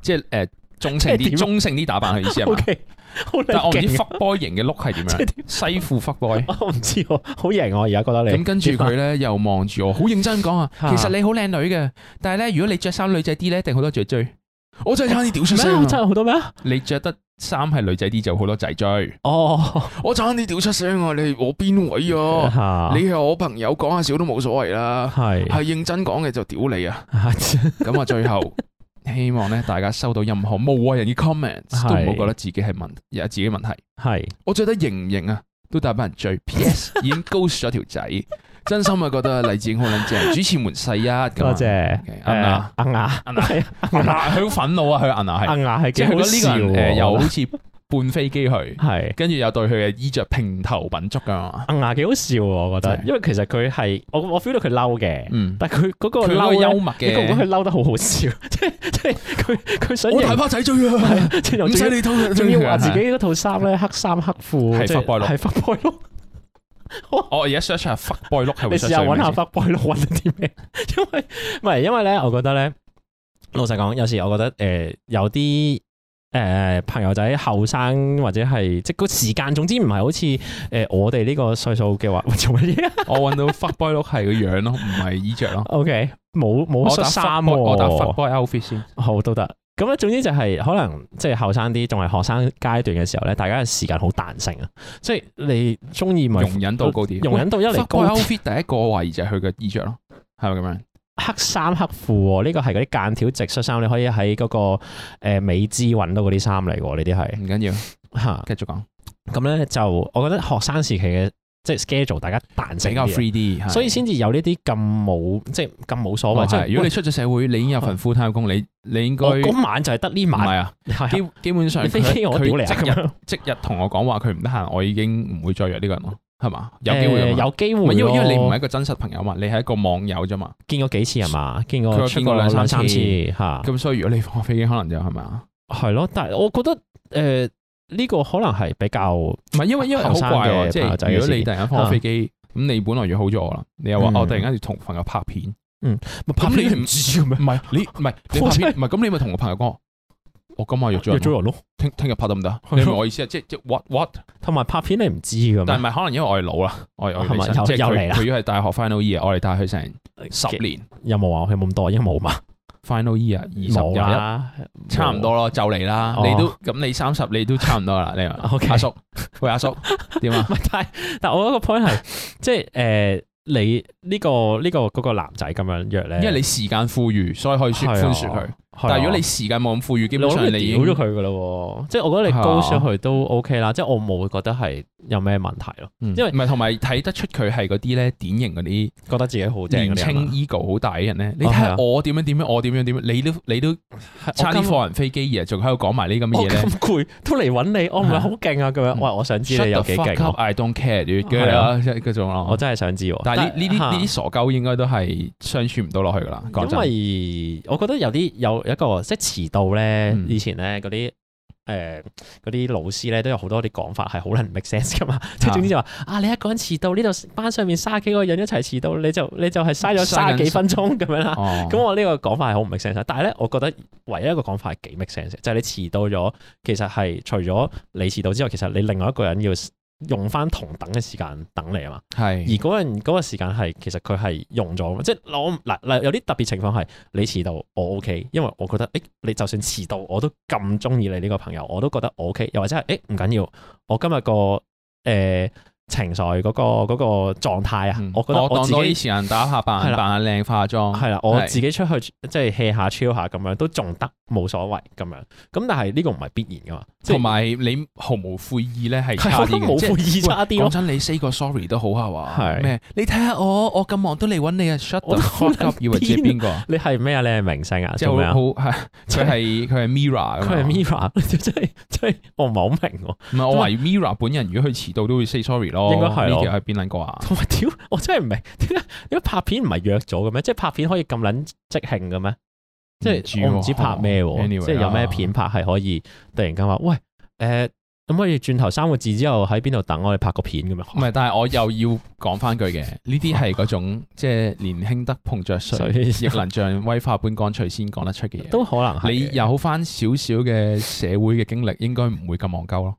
Speaker 2: 即係誒中 性
Speaker 1: 即係點
Speaker 2: 啲，
Speaker 1: 啊
Speaker 2: 中性啲打扮嘅意思係
Speaker 1: O
Speaker 2: 嘛？
Speaker 1: K，好靚
Speaker 2: 但我唔知
Speaker 1: 勁啊
Speaker 2: fuck boy 型嘅 look 係 點
Speaker 1: 即係
Speaker 2: 樣，
Speaker 1: 點啊
Speaker 2: 西褲 fuck boy。
Speaker 1: 我唔知喎，好型我而家覺得你。
Speaker 2: 咁跟住佢咧又望住我，好認真講啊，
Speaker 1: 嚇
Speaker 2: 其實你好靚女嘅，但係咧如果你着衫女仔啲咧，一定好多仔追。我真係差啲屌出
Speaker 1: 咩啊？
Speaker 2: 聲
Speaker 1: 真
Speaker 2: 啊！
Speaker 1: 係好多咩啊？
Speaker 2: 你着得衫係女仔啲就好多仔追。
Speaker 1: 哦，
Speaker 2: 我爭啲屌出聲啊！你係我邊位啊？
Speaker 1: 嚇，
Speaker 2: 你係我朋友，講下笑都冇所謂啦。
Speaker 1: 係
Speaker 2: 係認真講嘅就屌你啊！
Speaker 1: 係
Speaker 2: 咁啊，最 後希望咧大家收到任何無謂人嘅 comments，
Speaker 1: 係
Speaker 2: 都唔好覺得自己係問，有自己問題。
Speaker 1: 係
Speaker 2: 我着得型唔型啊？都大把人追。P.S. 已經 ghost 咗條仔，真心啊覺得黎智英好撚正，主持們細一咁啊。
Speaker 1: 多謝
Speaker 2: OK，
Speaker 1: 誒
Speaker 2: 摁啊
Speaker 1: 阿牙
Speaker 2: 摁啊
Speaker 1: 係
Speaker 2: 摁啊佢好憤怒啊！佢摁 啊
Speaker 1: 阿
Speaker 2: 係，
Speaker 1: 牙係
Speaker 2: 即
Speaker 1: 幾
Speaker 2: 係
Speaker 1: 好
Speaker 2: 佢覺
Speaker 1: 笑
Speaker 2: 得呢個人誒
Speaker 1: 喎，
Speaker 2: 又
Speaker 1: 我
Speaker 2: 好
Speaker 1: 覺
Speaker 2: 似半飛機去
Speaker 1: 得，係
Speaker 2: 跟住又對佢嘅衣着平頭品足啊㗎 嘛。
Speaker 1: 阿牙幾好笑喎，我覺得，
Speaker 2: 真係
Speaker 1: 因為其實佢係我我 feel 到佢嬲嘅，
Speaker 2: 嗯。
Speaker 1: 但係佢嗰個
Speaker 2: 佢
Speaker 1: 嬲
Speaker 2: 嬲
Speaker 1: 咧
Speaker 2: 幽，默
Speaker 1: 你覺唔覺得
Speaker 2: 嘅。
Speaker 1: 佢啊嬲得好好笑？ 即係即係佢佢想
Speaker 2: 我大把仔追 啊！
Speaker 1: 型，即係又
Speaker 2: 唔
Speaker 1: 仲
Speaker 2: 使
Speaker 1: 要
Speaker 2: 你偷佢啊
Speaker 1: 仲要話自己嗰套衫咧黑衫黑褲，
Speaker 2: 係
Speaker 1: 即係
Speaker 2: fuck boy look
Speaker 1: 係 fuck boy 咯。
Speaker 2: 我而家 search 下 fuck boy look 係
Speaker 1: 你
Speaker 2: 會
Speaker 1: 試
Speaker 2: search
Speaker 1: 下
Speaker 2: 到
Speaker 1: 揾
Speaker 2: 咩
Speaker 1: 下
Speaker 2: 先
Speaker 1: fuck boy 咯，揾到啲咩？ 因為唔係因為咧，我覺得咧，老實講，有時我覺得誒、呃有啲誒、呃朋友仔後生或者係即係個時間，總之唔係好似誒、呃我哋呢個歲數嘅話， 喂做乜嘢啊
Speaker 2: 我揾到 fuck boy look 係個樣咯，唔係衣着咯。
Speaker 1: ？OK，冇冇
Speaker 2: 我
Speaker 1: 恤
Speaker 2: 打
Speaker 1: 衫
Speaker 2: fuck boy，我打
Speaker 1: 喎，
Speaker 2: fuck boy outfit 先。
Speaker 1: 好都得。咁咧，總之就係、可能即係後生啲，仲係學生階段嘅時候咧，大家嘅時間好彈性啊，即係你中意咪
Speaker 2: 容忍度高啲
Speaker 1: 容忍度一嚟
Speaker 2: fuck
Speaker 1: 高
Speaker 2: boy
Speaker 1: 啲
Speaker 2: outfit 第一個我懷疑就係佢嘅衣着咯，係咪咁樣？
Speaker 1: 黑衫黑褲喎，呢個係嗰啲間條直恤衫，你可以喺嗰個誒美資揾到嗰啲衫嚟喎，呢啲係
Speaker 2: 唔緊要，
Speaker 1: 嚇。
Speaker 2: 繼續 講，
Speaker 1: 咁咧就我覺得學生時期嘅即係 schedule，大家彈性
Speaker 2: 比較
Speaker 1: 啲啊
Speaker 2: free 啲，係
Speaker 1: 所以先至有呢啲咁冇即係咁冇所
Speaker 2: 哦
Speaker 1: 謂。即
Speaker 2: 係哦
Speaker 1: 係
Speaker 2: 如果你出咗社會，你已經有份 full time 工，你你應該
Speaker 1: 我
Speaker 2: 唔
Speaker 1: 嗰晚就係得呢晚，
Speaker 2: 係啊。
Speaker 1: 係啊
Speaker 2: 基基本上
Speaker 1: 你飛機我
Speaker 2: 佢
Speaker 1: 屌你啊
Speaker 2: 佢
Speaker 1: 咁
Speaker 2: 即日
Speaker 1: 樣。
Speaker 2: 即日同我講話佢唔得閒，我已經唔會再約呢個人咯，係嘛？有機會
Speaker 1: 誒
Speaker 2: 㗎嘛
Speaker 1: 有機
Speaker 2: 唔係
Speaker 1: 會，
Speaker 2: 因為因為你唔係
Speaker 1: 係
Speaker 2: 一個真實朋友嘛，你係一個網友啫嘛。
Speaker 1: 見過幾次係嘛？見
Speaker 2: 佢
Speaker 1: 過
Speaker 2: 話
Speaker 1: 出
Speaker 2: 見
Speaker 1: 過
Speaker 2: 過
Speaker 1: 兩
Speaker 2: 兩三
Speaker 1: 三次
Speaker 2: 次
Speaker 1: 嚇，
Speaker 2: 咁所以如果你放飛機，可能就係咪啊？
Speaker 1: 係咯。但係我覺得誒呃呢個可能係比較
Speaker 2: 唔係因 為因為好
Speaker 1: 後生嘅
Speaker 2: 怪啊喎，即
Speaker 1: 朋友仔嘅
Speaker 2: 係如果
Speaker 1: 事
Speaker 2: 你突然間放飛機，咁你本來約好咗我啦，你又話哦
Speaker 1: 嗯
Speaker 2: 我突然間要同朋友拍片，唔
Speaker 1: 拍
Speaker 2: 咁你
Speaker 1: 片
Speaker 2: 唔
Speaker 1: 知 嘅咩？
Speaker 2: 係你唔係你
Speaker 1: 我
Speaker 2: 拍
Speaker 1: 真
Speaker 2: 片，唔係咁你咪同個朋友講，我今 晚約咗
Speaker 1: 約咗
Speaker 2: 人，
Speaker 1: 人咯，
Speaker 2: 聽聽日拍得唔得？
Speaker 1: 咯
Speaker 2: 你明唔明我意思啊？即係即係 what what？
Speaker 1: 同埋拍片你唔知嘅
Speaker 2: 但係
Speaker 1: 咩？
Speaker 2: 唔係可能因為我係老啦，我我
Speaker 1: 係咪
Speaker 2: 即
Speaker 1: 又
Speaker 2: 係
Speaker 1: 又嚟
Speaker 2: 佢
Speaker 1: 啦
Speaker 2: 佢要係大學 final year，我哋帶佢成十年，
Speaker 1: 有冇話佢冇咁多？應該冇嘛。
Speaker 2: final year 二
Speaker 1: 冇
Speaker 2: 十
Speaker 1: 啊
Speaker 2: 廿一，差唔多咯，就嚟啦。你都
Speaker 1: 哦
Speaker 2: 咁你三十，你都差唔 多啦。你話
Speaker 1: OK
Speaker 2: 阿叔，喂阿叔，點啊
Speaker 1: 唔？係，但係但我嗰個 point 係，即係誒你呢個呢個嗰個男仔咁樣約咧，
Speaker 2: 因為你時間富裕，所以可以
Speaker 1: 係
Speaker 2: 寬
Speaker 1: 啊
Speaker 2: 寬恕佢。但係如果你時間冇咁富裕，基本
Speaker 1: 我
Speaker 2: 上
Speaker 1: 諗
Speaker 2: 你已
Speaker 1: 你
Speaker 2: 經啊
Speaker 1: 屌咗佢噶啦喎，即係我覺得你高上去都 OK 啦，即係我冇覺得係有咩問題咯，
Speaker 2: 嗯
Speaker 1: 因為
Speaker 2: 唔係同埋睇得出佢係嗰啲咧典型嗰啲
Speaker 1: 覺得自己好正
Speaker 2: 年
Speaker 1: 嗰啲人
Speaker 2: 青
Speaker 1: 啊
Speaker 2: ego 好大嘅人咧。你
Speaker 1: 哦
Speaker 2: 睇
Speaker 1: 係啊
Speaker 2: 下我點樣點樣，我點樣點樣，你都你都差啲放人飛機而係仲喺度講埋呢啲咁
Speaker 1: 我
Speaker 2: 嘅嘢咧
Speaker 1: 咁。攰都嚟揾你，我唔係好勁啊咁樣，
Speaker 2: 嗯
Speaker 1: 喂，我想知你有幾
Speaker 2: Shut the
Speaker 1: 勁
Speaker 2: fuck
Speaker 1: 喎，
Speaker 2: up，I don't care，跟住
Speaker 1: 係
Speaker 2: 啦
Speaker 1: 啊
Speaker 2: 即係嗰種咯。
Speaker 1: 我真係想知喎。
Speaker 2: 但係呢呢啲
Speaker 1: 嚇
Speaker 2: 呢啲傻鳩應該都係相處唔到落去噶啦。講
Speaker 1: 因
Speaker 2: 真，
Speaker 1: 為我覺得有啲有一個即係遲到咧，
Speaker 2: 嗯
Speaker 1: 以前咧嗰啲誒嗰啲老師咧都有好多啲講法係好難 make sense 噶嘛，即係總之就話啊你一個人遲到，呢度班上面卅幾個人一齊遲到，你就你就係嘥咗
Speaker 2: 嘥緊
Speaker 1: 卅幾分鐘咁樣啦。
Speaker 2: 哦
Speaker 1: 啊咁我呢個講法係好唔 make sense，但係啊咧，我覺得唯一一個講法係幾 make sense，嘅就係你遲到咗，其實係除咗你遲到之外，其實你另外一個人要用翻同等嘅時間等你啊嘛。而
Speaker 2: 係
Speaker 1: 嗰陣嗰個時間係其實佢係用咗，即係我嗱嗱有啲特別情況係你遲到我 OK，因為我覺得誒、欸你就算遲到我都咁中意你呢個朋友，我都覺得我 OK，又或者係誒唔緊要，我今日個誒情緒嗰、個嗰、個狀態啊，
Speaker 2: 嗯
Speaker 1: 我覺得我
Speaker 2: 當
Speaker 1: 自
Speaker 2: 多啲
Speaker 1: 己
Speaker 2: 時間打下扮
Speaker 1: 係
Speaker 2: 下
Speaker 1: 啦
Speaker 2: 扮下靚化妝，
Speaker 1: 係啦，我
Speaker 2: 係
Speaker 1: 自己出去即係 hea 下 chill 下咁樣都仲得冇所謂咁樣，咁但係呢個唔係必然噶嘛，即係
Speaker 2: 同埋你毫無悔意咧
Speaker 1: 係
Speaker 2: 係差
Speaker 1: 我覺
Speaker 2: 啲
Speaker 1: 得
Speaker 2: 嘅
Speaker 1: 冇
Speaker 2: 即係
Speaker 1: 悔意差啲
Speaker 2: 講
Speaker 1: 咯，
Speaker 2: 真，你 say 個 sorry 都好啊話，
Speaker 1: 係
Speaker 2: 咩？你睇下我，我咁忙都嚟揾你啊！Shut
Speaker 1: 我
Speaker 2: the
Speaker 1: 都
Speaker 2: fuck up，以為自己邊個啊？
Speaker 1: 你係咩啊？你係明星啊？
Speaker 2: 即
Speaker 1: 做咩
Speaker 2: 係
Speaker 1: 啊
Speaker 2: 好？好係 佢係佢係 Mira 咁樣
Speaker 1: 佢係 Mira，即 係即係我唔係好明喎。
Speaker 2: 唔係我懷疑 Mira 本人，如果佢遲到都會 say sorry 咯。
Speaker 1: 應該係
Speaker 2: 呢
Speaker 1: 咯
Speaker 2: 條係邊撚個啊？
Speaker 1: 同埋屌，我真係唔明點解點解拍片唔係約咗嘅咩？即係拍片可以咁撚即興嘅咩？即係我唔知拍咩喎，
Speaker 2: Anyway
Speaker 1: 即係有咩
Speaker 2: 啦
Speaker 1: 片拍係可以突然間話喂誒。呃咁可以轉頭三個字之後喺邊度等我哋拍個片咁
Speaker 2: 唔
Speaker 1: 樣，
Speaker 2: 係，但係我又要講翻句嘅，呢啲係嗰種即係年輕得碰 着
Speaker 1: 所
Speaker 2: 水，
Speaker 1: 以
Speaker 2: 亦能像威化般乾脆先講得出嘅嘢。
Speaker 1: 都可能係
Speaker 2: 你
Speaker 1: 嘅
Speaker 2: 有翻少少嘅社會嘅經歷，應該唔會咁戇鳩咯。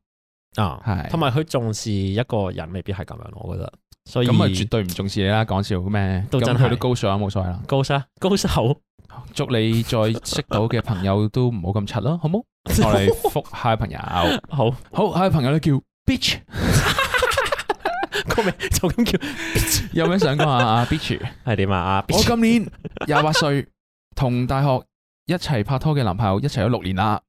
Speaker 1: 啊，
Speaker 2: 係，
Speaker 1: 同埋佢重視一個人未必係咁樣，我覺得。所以
Speaker 2: 咁啊，絕對唔重視你啦，講笑咩？
Speaker 1: 都
Speaker 2: 咁
Speaker 1: 真係
Speaker 2: 佢都高尚啊，冇所謂啦。
Speaker 1: 高手高手，
Speaker 2: 祝你再識到嘅朋友都唔好咁柒啦，好冇？我哋覆下朋友，
Speaker 1: 好
Speaker 2: 好下位朋友咧叫 Bitch，
Speaker 1: 個 名就咁叫
Speaker 2: 有咩想講啊？ 啊 Bitch，
Speaker 1: 係點啊？啊
Speaker 2: 我今年廿八歲，同大學一齊拍拖嘅男朋友一齊咗六年啦，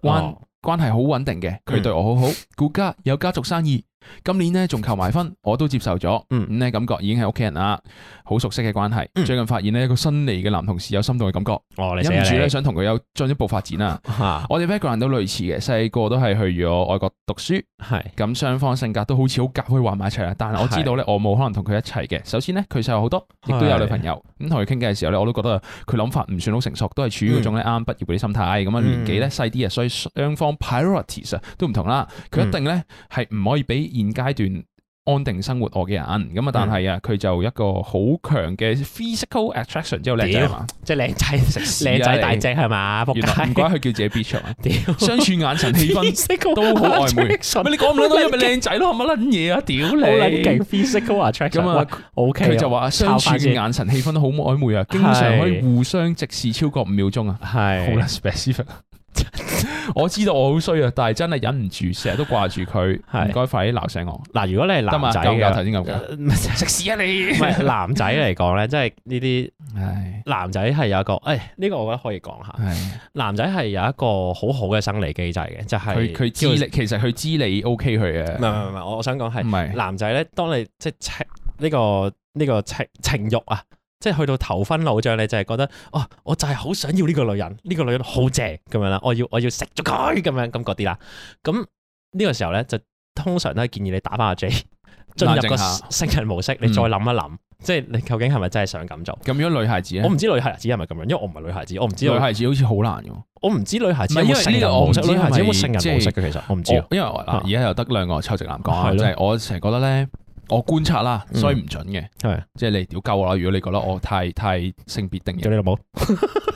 Speaker 2: 關
Speaker 1: 哦
Speaker 2: 關係好穩定嘅，佢對我好好，顧家有家族生意，今年呢仲求埋婚，我都接受咗，
Speaker 1: 嗯
Speaker 2: 咁呢感覺已經係屋企人啦，好熟悉嘅關係。
Speaker 1: 嗯
Speaker 2: 最近發現呢一個新嚟嘅男同事有心動嘅感覺，
Speaker 1: 哦，你
Speaker 2: 忍唔住咧
Speaker 1: 寫
Speaker 2: 想同佢有進一步發展啊！
Speaker 1: 你嚇
Speaker 2: 我哋 background 都類似嘅，細個都係去咗外國讀書，
Speaker 1: 係
Speaker 2: 咁雙方性格都好似好夾，可以玩埋一齊啦。啊但係我知道咧，我冇可能同佢一齊嘅。首先咧，佢細我好多，亦都有女朋友。咁同佢傾偈嘅時候咧，我都覺得佢諗法唔算好成熟，都係處於嗰種咧啱啱畢業嗰啲心態。咁啊
Speaker 1: 嗯
Speaker 2: 年紀咧細啲啊，所以雙方 priorities 啊都唔同啦。
Speaker 1: 嗯
Speaker 2: 佢一定咧係唔可以俾現階段。安定生活我嘅人咁啊，但
Speaker 1: 嗯
Speaker 2: 係啊，佢就一個好強嘅 physical attraction 之後靚仔啊嘛，
Speaker 1: 即係靚仔
Speaker 2: 屎啊
Speaker 1: 靚仔大
Speaker 2: 你
Speaker 1: 隻係嘛？仆
Speaker 2: 原來唔
Speaker 1: 街
Speaker 2: 怪佢叫自己 bitch 啊，
Speaker 1: 屌！
Speaker 2: 相處眼神 氣氛
Speaker 1: Physical
Speaker 2: 都好曖昧
Speaker 1: attraction，
Speaker 2: 咪你講唔撚到因為靚仔咯，乜撚嘢啊？屌
Speaker 1: 好撚勁
Speaker 2: 你！
Speaker 1: physical attraction
Speaker 2: 咁啊，
Speaker 1: ，O K，
Speaker 2: 佢就話相處
Speaker 1: 抄返
Speaker 2: 嘅
Speaker 1: 先
Speaker 2: 眼神氣氛都好曖昧啊，經常可以互相直視超過五秒鐘啊，好啦
Speaker 1: 係
Speaker 2: specific。我知道我好衰啊，但係真係忍唔住，成日都掛住佢，
Speaker 1: 係
Speaker 2: 唔該快啲鬧醒我。
Speaker 1: 嗱，如果你係
Speaker 2: 得嘛？
Speaker 1: 男仔啊呃
Speaker 2: 夠唔夠頭
Speaker 1: 嘅，
Speaker 2: 先咁嘅？
Speaker 1: 唔 係
Speaker 2: 食屎啊你！
Speaker 1: 唔係男仔嚟講咧，即係呢啲
Speaker 2: 唉
Speaker 1: 男仔係有一個，誒呢個我覺得可以講下，
Speaker 2: 唉，
Speaker 1: 男仔係有一個好好嘅生理機制嘅，就係
Speaker 2: 佢佢知
Speaker 1: 叫
Speaker 2: 你，其實佢知你 OK 佢
Speaker 1: 唔
Speaker 2: 嘅，
Speaker 1: 係唔係唔係，我我想講係
Speaker 2: 唔。係
Speaker 1: 男仔咧，當你即係情呢個呢、個情情慾啊，即係去到頭昏腦脹，你就係覺得哦，我就係好想要呢個女人，呢、個女人好正咁樣啦，我要我要食咗佢咁樣咁嗰啲啦。咁呢個時候咧，就通常都係建議你打翻阿 J，進入
Speaker 2: 冷
Speaker 1: 個
Speaker 2: 靜下嗯
Speaker 1: 聖人模式，你再諗一諗，即係你究竟係咪真係想咁做？
Speaker 2: 咁。如果女孩子
Speaker 1: 我
Speaker 2: 咧，
Speaker 1: 唔知女孩子係咪咁樣，因為我唔係女孩子，我唔知
Speaker 2: 女
Speaker 1: 道
Speaker 2: 孩子好似好難嘅。
Speaker 1: 我唔知女孩子有
Speaker 2: 唔係因
Speaker 1: 冇
Speaker 2: 為
Speaker 1: 聖
Speaker 2: 呢
Speaker 1: 人
Speaker 2: 個我唔
Speaker 1: 模式，
Speaker 2: 知
Speaker 1: 女孩子有冇
Speaker 2: 係
Speaker 1: 聖
Speaker 2: 咪
Speaker 1: 人模式嘅其實我唔知啊。
Speaker 2: 我因為我
Speaker 1: 啊
Speaker 2: 嗱，而家又得兩個臭直男講啊，
Speaker 1: 係咯嗯
Speaker 2: 即係我成日覺得咧，我觀察啦，所以唔準嘅，
Speaker 1: 係
Speaker 2: 即係你屌鳩我啦。如果你覺得我太太性別定
Speaker 1: 叫
Speaker 2: 型，
Speaker 1: 你老母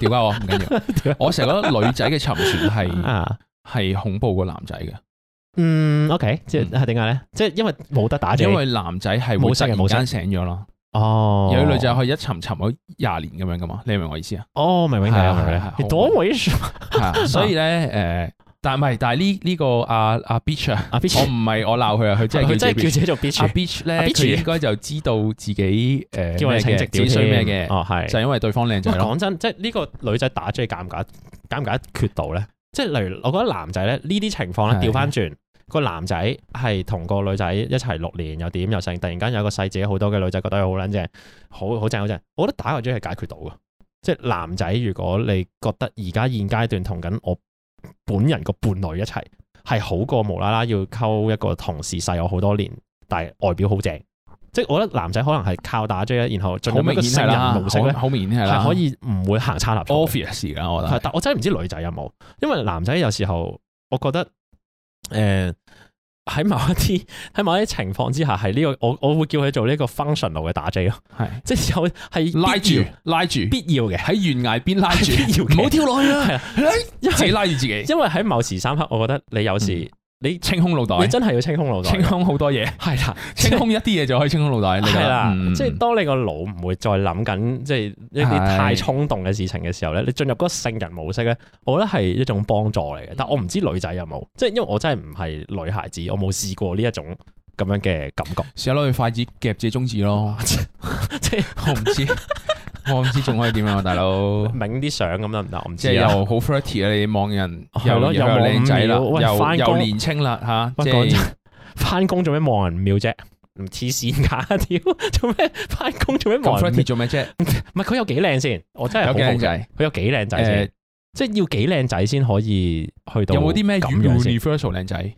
Speaker 2: 屌鳩我唔 緊要。我成日覺得女仔嘅沉船係
Speaker 1: 啊！
Speaker 2: 係恐怖過男仔嘅，
Speaker 1: 嗯，OK，即係
Speaker 2: 嗯
Speaker 1: 係點解咧？即係因為冇得打 J，
Speaker 2: 因為男仔係會
Speaker 1: 冇
Speaker 2: 突
Speaker 1: 聲嘅
Speaker 2: 然
Speaker 1: 冇聲
Speaker 2: 間醒咗咯，
Speaker 1: 哦，
Speaker 2: 有啲女仔可以一沉沉咗廿年咁樣噶嘛，你明唔明我 意思啊？
Speaker 1: 哦，明明你，
Speaker 2: 係啊
Speaker 1: 明
Speaker 2: 係
Speaker 1: 明
Speaker 2: 啊係啊
Speaker 1: 你，你多回事
Speaker 2: 係啊，所以咧誒，但唔係，但係呢呢個阿阿 Beach 啊，
Speaker 1: 啊
Speaker 2: 我
Speaker 1: ，bitch，
Speaker 2: 唔係我鬧佢啊，佢真係
Speaker 1: 佢
Speaker 2: 叫
Speaker 1: 真係叫
Speaker 2: 自
Speaker 1: 自
Speaker 2: 己
Speaker 1: 己做
Speaker 2: Beach 阿
Speaker 1: bitch，
Speaker 2: Beach
Speaker 1: 啊
Speaker 2: 咧，
Speaker 1: ，Beach
Speaker 2: 佢應該就知道 自己誒
Speaker 1: 叫我
Speaker 2: 咩
Speaker 1: 哋請直
Speaker 2: 嘅，
Speaker 1: 屌
Speaker 2: 自己衰咩嘅，
Speaker 1: 哦係。
Speaker 2: 就係因為對方靚仔
Speaker 1: 喂，
Speaker 2: 咯。
Speaker 1: 講真，即係呢個女仔打追尷尬，尷尬缺到咧，即係例如我覺得男仔咧呢啲情況
Speaker 2: 係
Speaker 1: 咧調翻轉，個男仔係同個女仔一齊六年又點又剩，突然間有個細自己好多嘅女仔覺得佢好撚正，好好正好正，我覺得打個追係解決到嘅，即係男仔如果你覺得而家現階段同緊我本人個伴侶一齊係好過無啦啦要溝一個同事細我好多年，但係外表好正。即係我覺得男仔可能係靠打追咧，然後進入
Speaker 2: 好
Speaker 1: 一
Speaker 2: 明
Speaker 1: 個
Speaker 2: 顯係
Speaker 1: 聖
Speaker 2: 啦，
Speaker 1: 人模式咧
Speaker 2: 好，好明顯係啦，
Speaker 1: 係可以唔會行差踏錯嘅。
Speaker 2: obvious 噶，我覺
Speaker 1: 係
Speaker 2: 得
Speaker 1: 但我真係唔知女仔有冇，因為男仔有時候我覺得誒喺、某一啲 喺某一啲情況之下係呢、個我我會叫佢做呢個 functional 嘅打 J 咯，
Speaker 2: 係
Speaker 1: 即係有係
Speaker 2: 拉
Speaker 1: 必要
Speaker 2: 住拉住，
Speaker 1: 必要嘅，
Speaker 2: 喺懸崖 邊拉住，
Speaker 1: 必要嘅
Speaker 2: 唔好跳落去啊！
Speaker 1: 係因
Speaker 2: 自己
Speaker 1: 為
Speaker 2: 拉住自己，
Speaker 1: 因為喺某時三刻，我覺得你有時、你
Speaker 2: 清空腦
Speaker 1: 你
Speaker 2: 袋，
Speaker 1: 真係要清空腦袋
Speaker 2: 清
Speaker 1: 嘅，
Speaker 2: 空好多嘢，
Speaker 1: 係啦，
Speaker 2: 清空一啲嘢就可以清空腦袋。你覺得
Speaker 1: 係啦，
Speaker 2: 嗯
Speaker 1: 即係當你個腦唔會再諗緊即係一啲
Speaker 2: 係
Speaker 1: 太衝動嘅事情嘅時候咧，你進入嗰個聖人模式
Speaker 2: 嗯
Speaker 1: 咧，我覺得係一種幫助嚟嘅。但我唔知女仔有冇，即係因為我真係唔係女孩子，我冇試過呢一種咁樣嘅感覺。
Speaker 2: 試下攞對筷子夾自己中指咯，
Speaker 1: 即係
Speaker 2: 我唔知，我唔知仲可以點樣啊，大佬。
Speaker 1: 影啲相咁得唔得？我唔
Speaker 2: 即
Speaker 1: 知
Speaker 2: 係
Speaker 1: 啊。
Speaker 2: 又好 flirty 啊！你望人
Speaker 1: 係
Speaker 2: 又
Speaker 1: 咯
Speaker 2: 又
Speaker 1: 又望
Speaker 2: 靚仔啦，
Speaker 1: 五秒
Speaker 2: 又
Speaker 1: 喂返
Speaker 2: 又
Speaker 1: 工
Speaker 2: 年青啦吓，
Speaker 1: 喂
Speaker 2: 即
Speaker 1: 講
Speaker 2: 係
Speaker 1: 翻工做咩望人妙啫？唔黐線㗎！屌，做咩翻工做咩
Speaker 2: 咁
Speaker 1: 望人
Speaker 2: flirty
Speaker 1: 妙？
Speaker 2: 做咩啫？
Speaker 1: 唔係佢有幾靚先？我真係
Speaker 2: 有
Speaker 1: 好
Speaker 2: 幾
Speaker 1: 好
Speaker 2: 靚
Speaker 1: 奇，
Speaker 2: 仔？
Speaker 1: 佢有幾靚仔
Speaker 2: 誒
Speaker 1: 先？，即係要幾靚仔先可以去到
Speaker 2: 有冇啲咩
Speaker 1: 咁樣先
Speaker 2: universal 靚仔？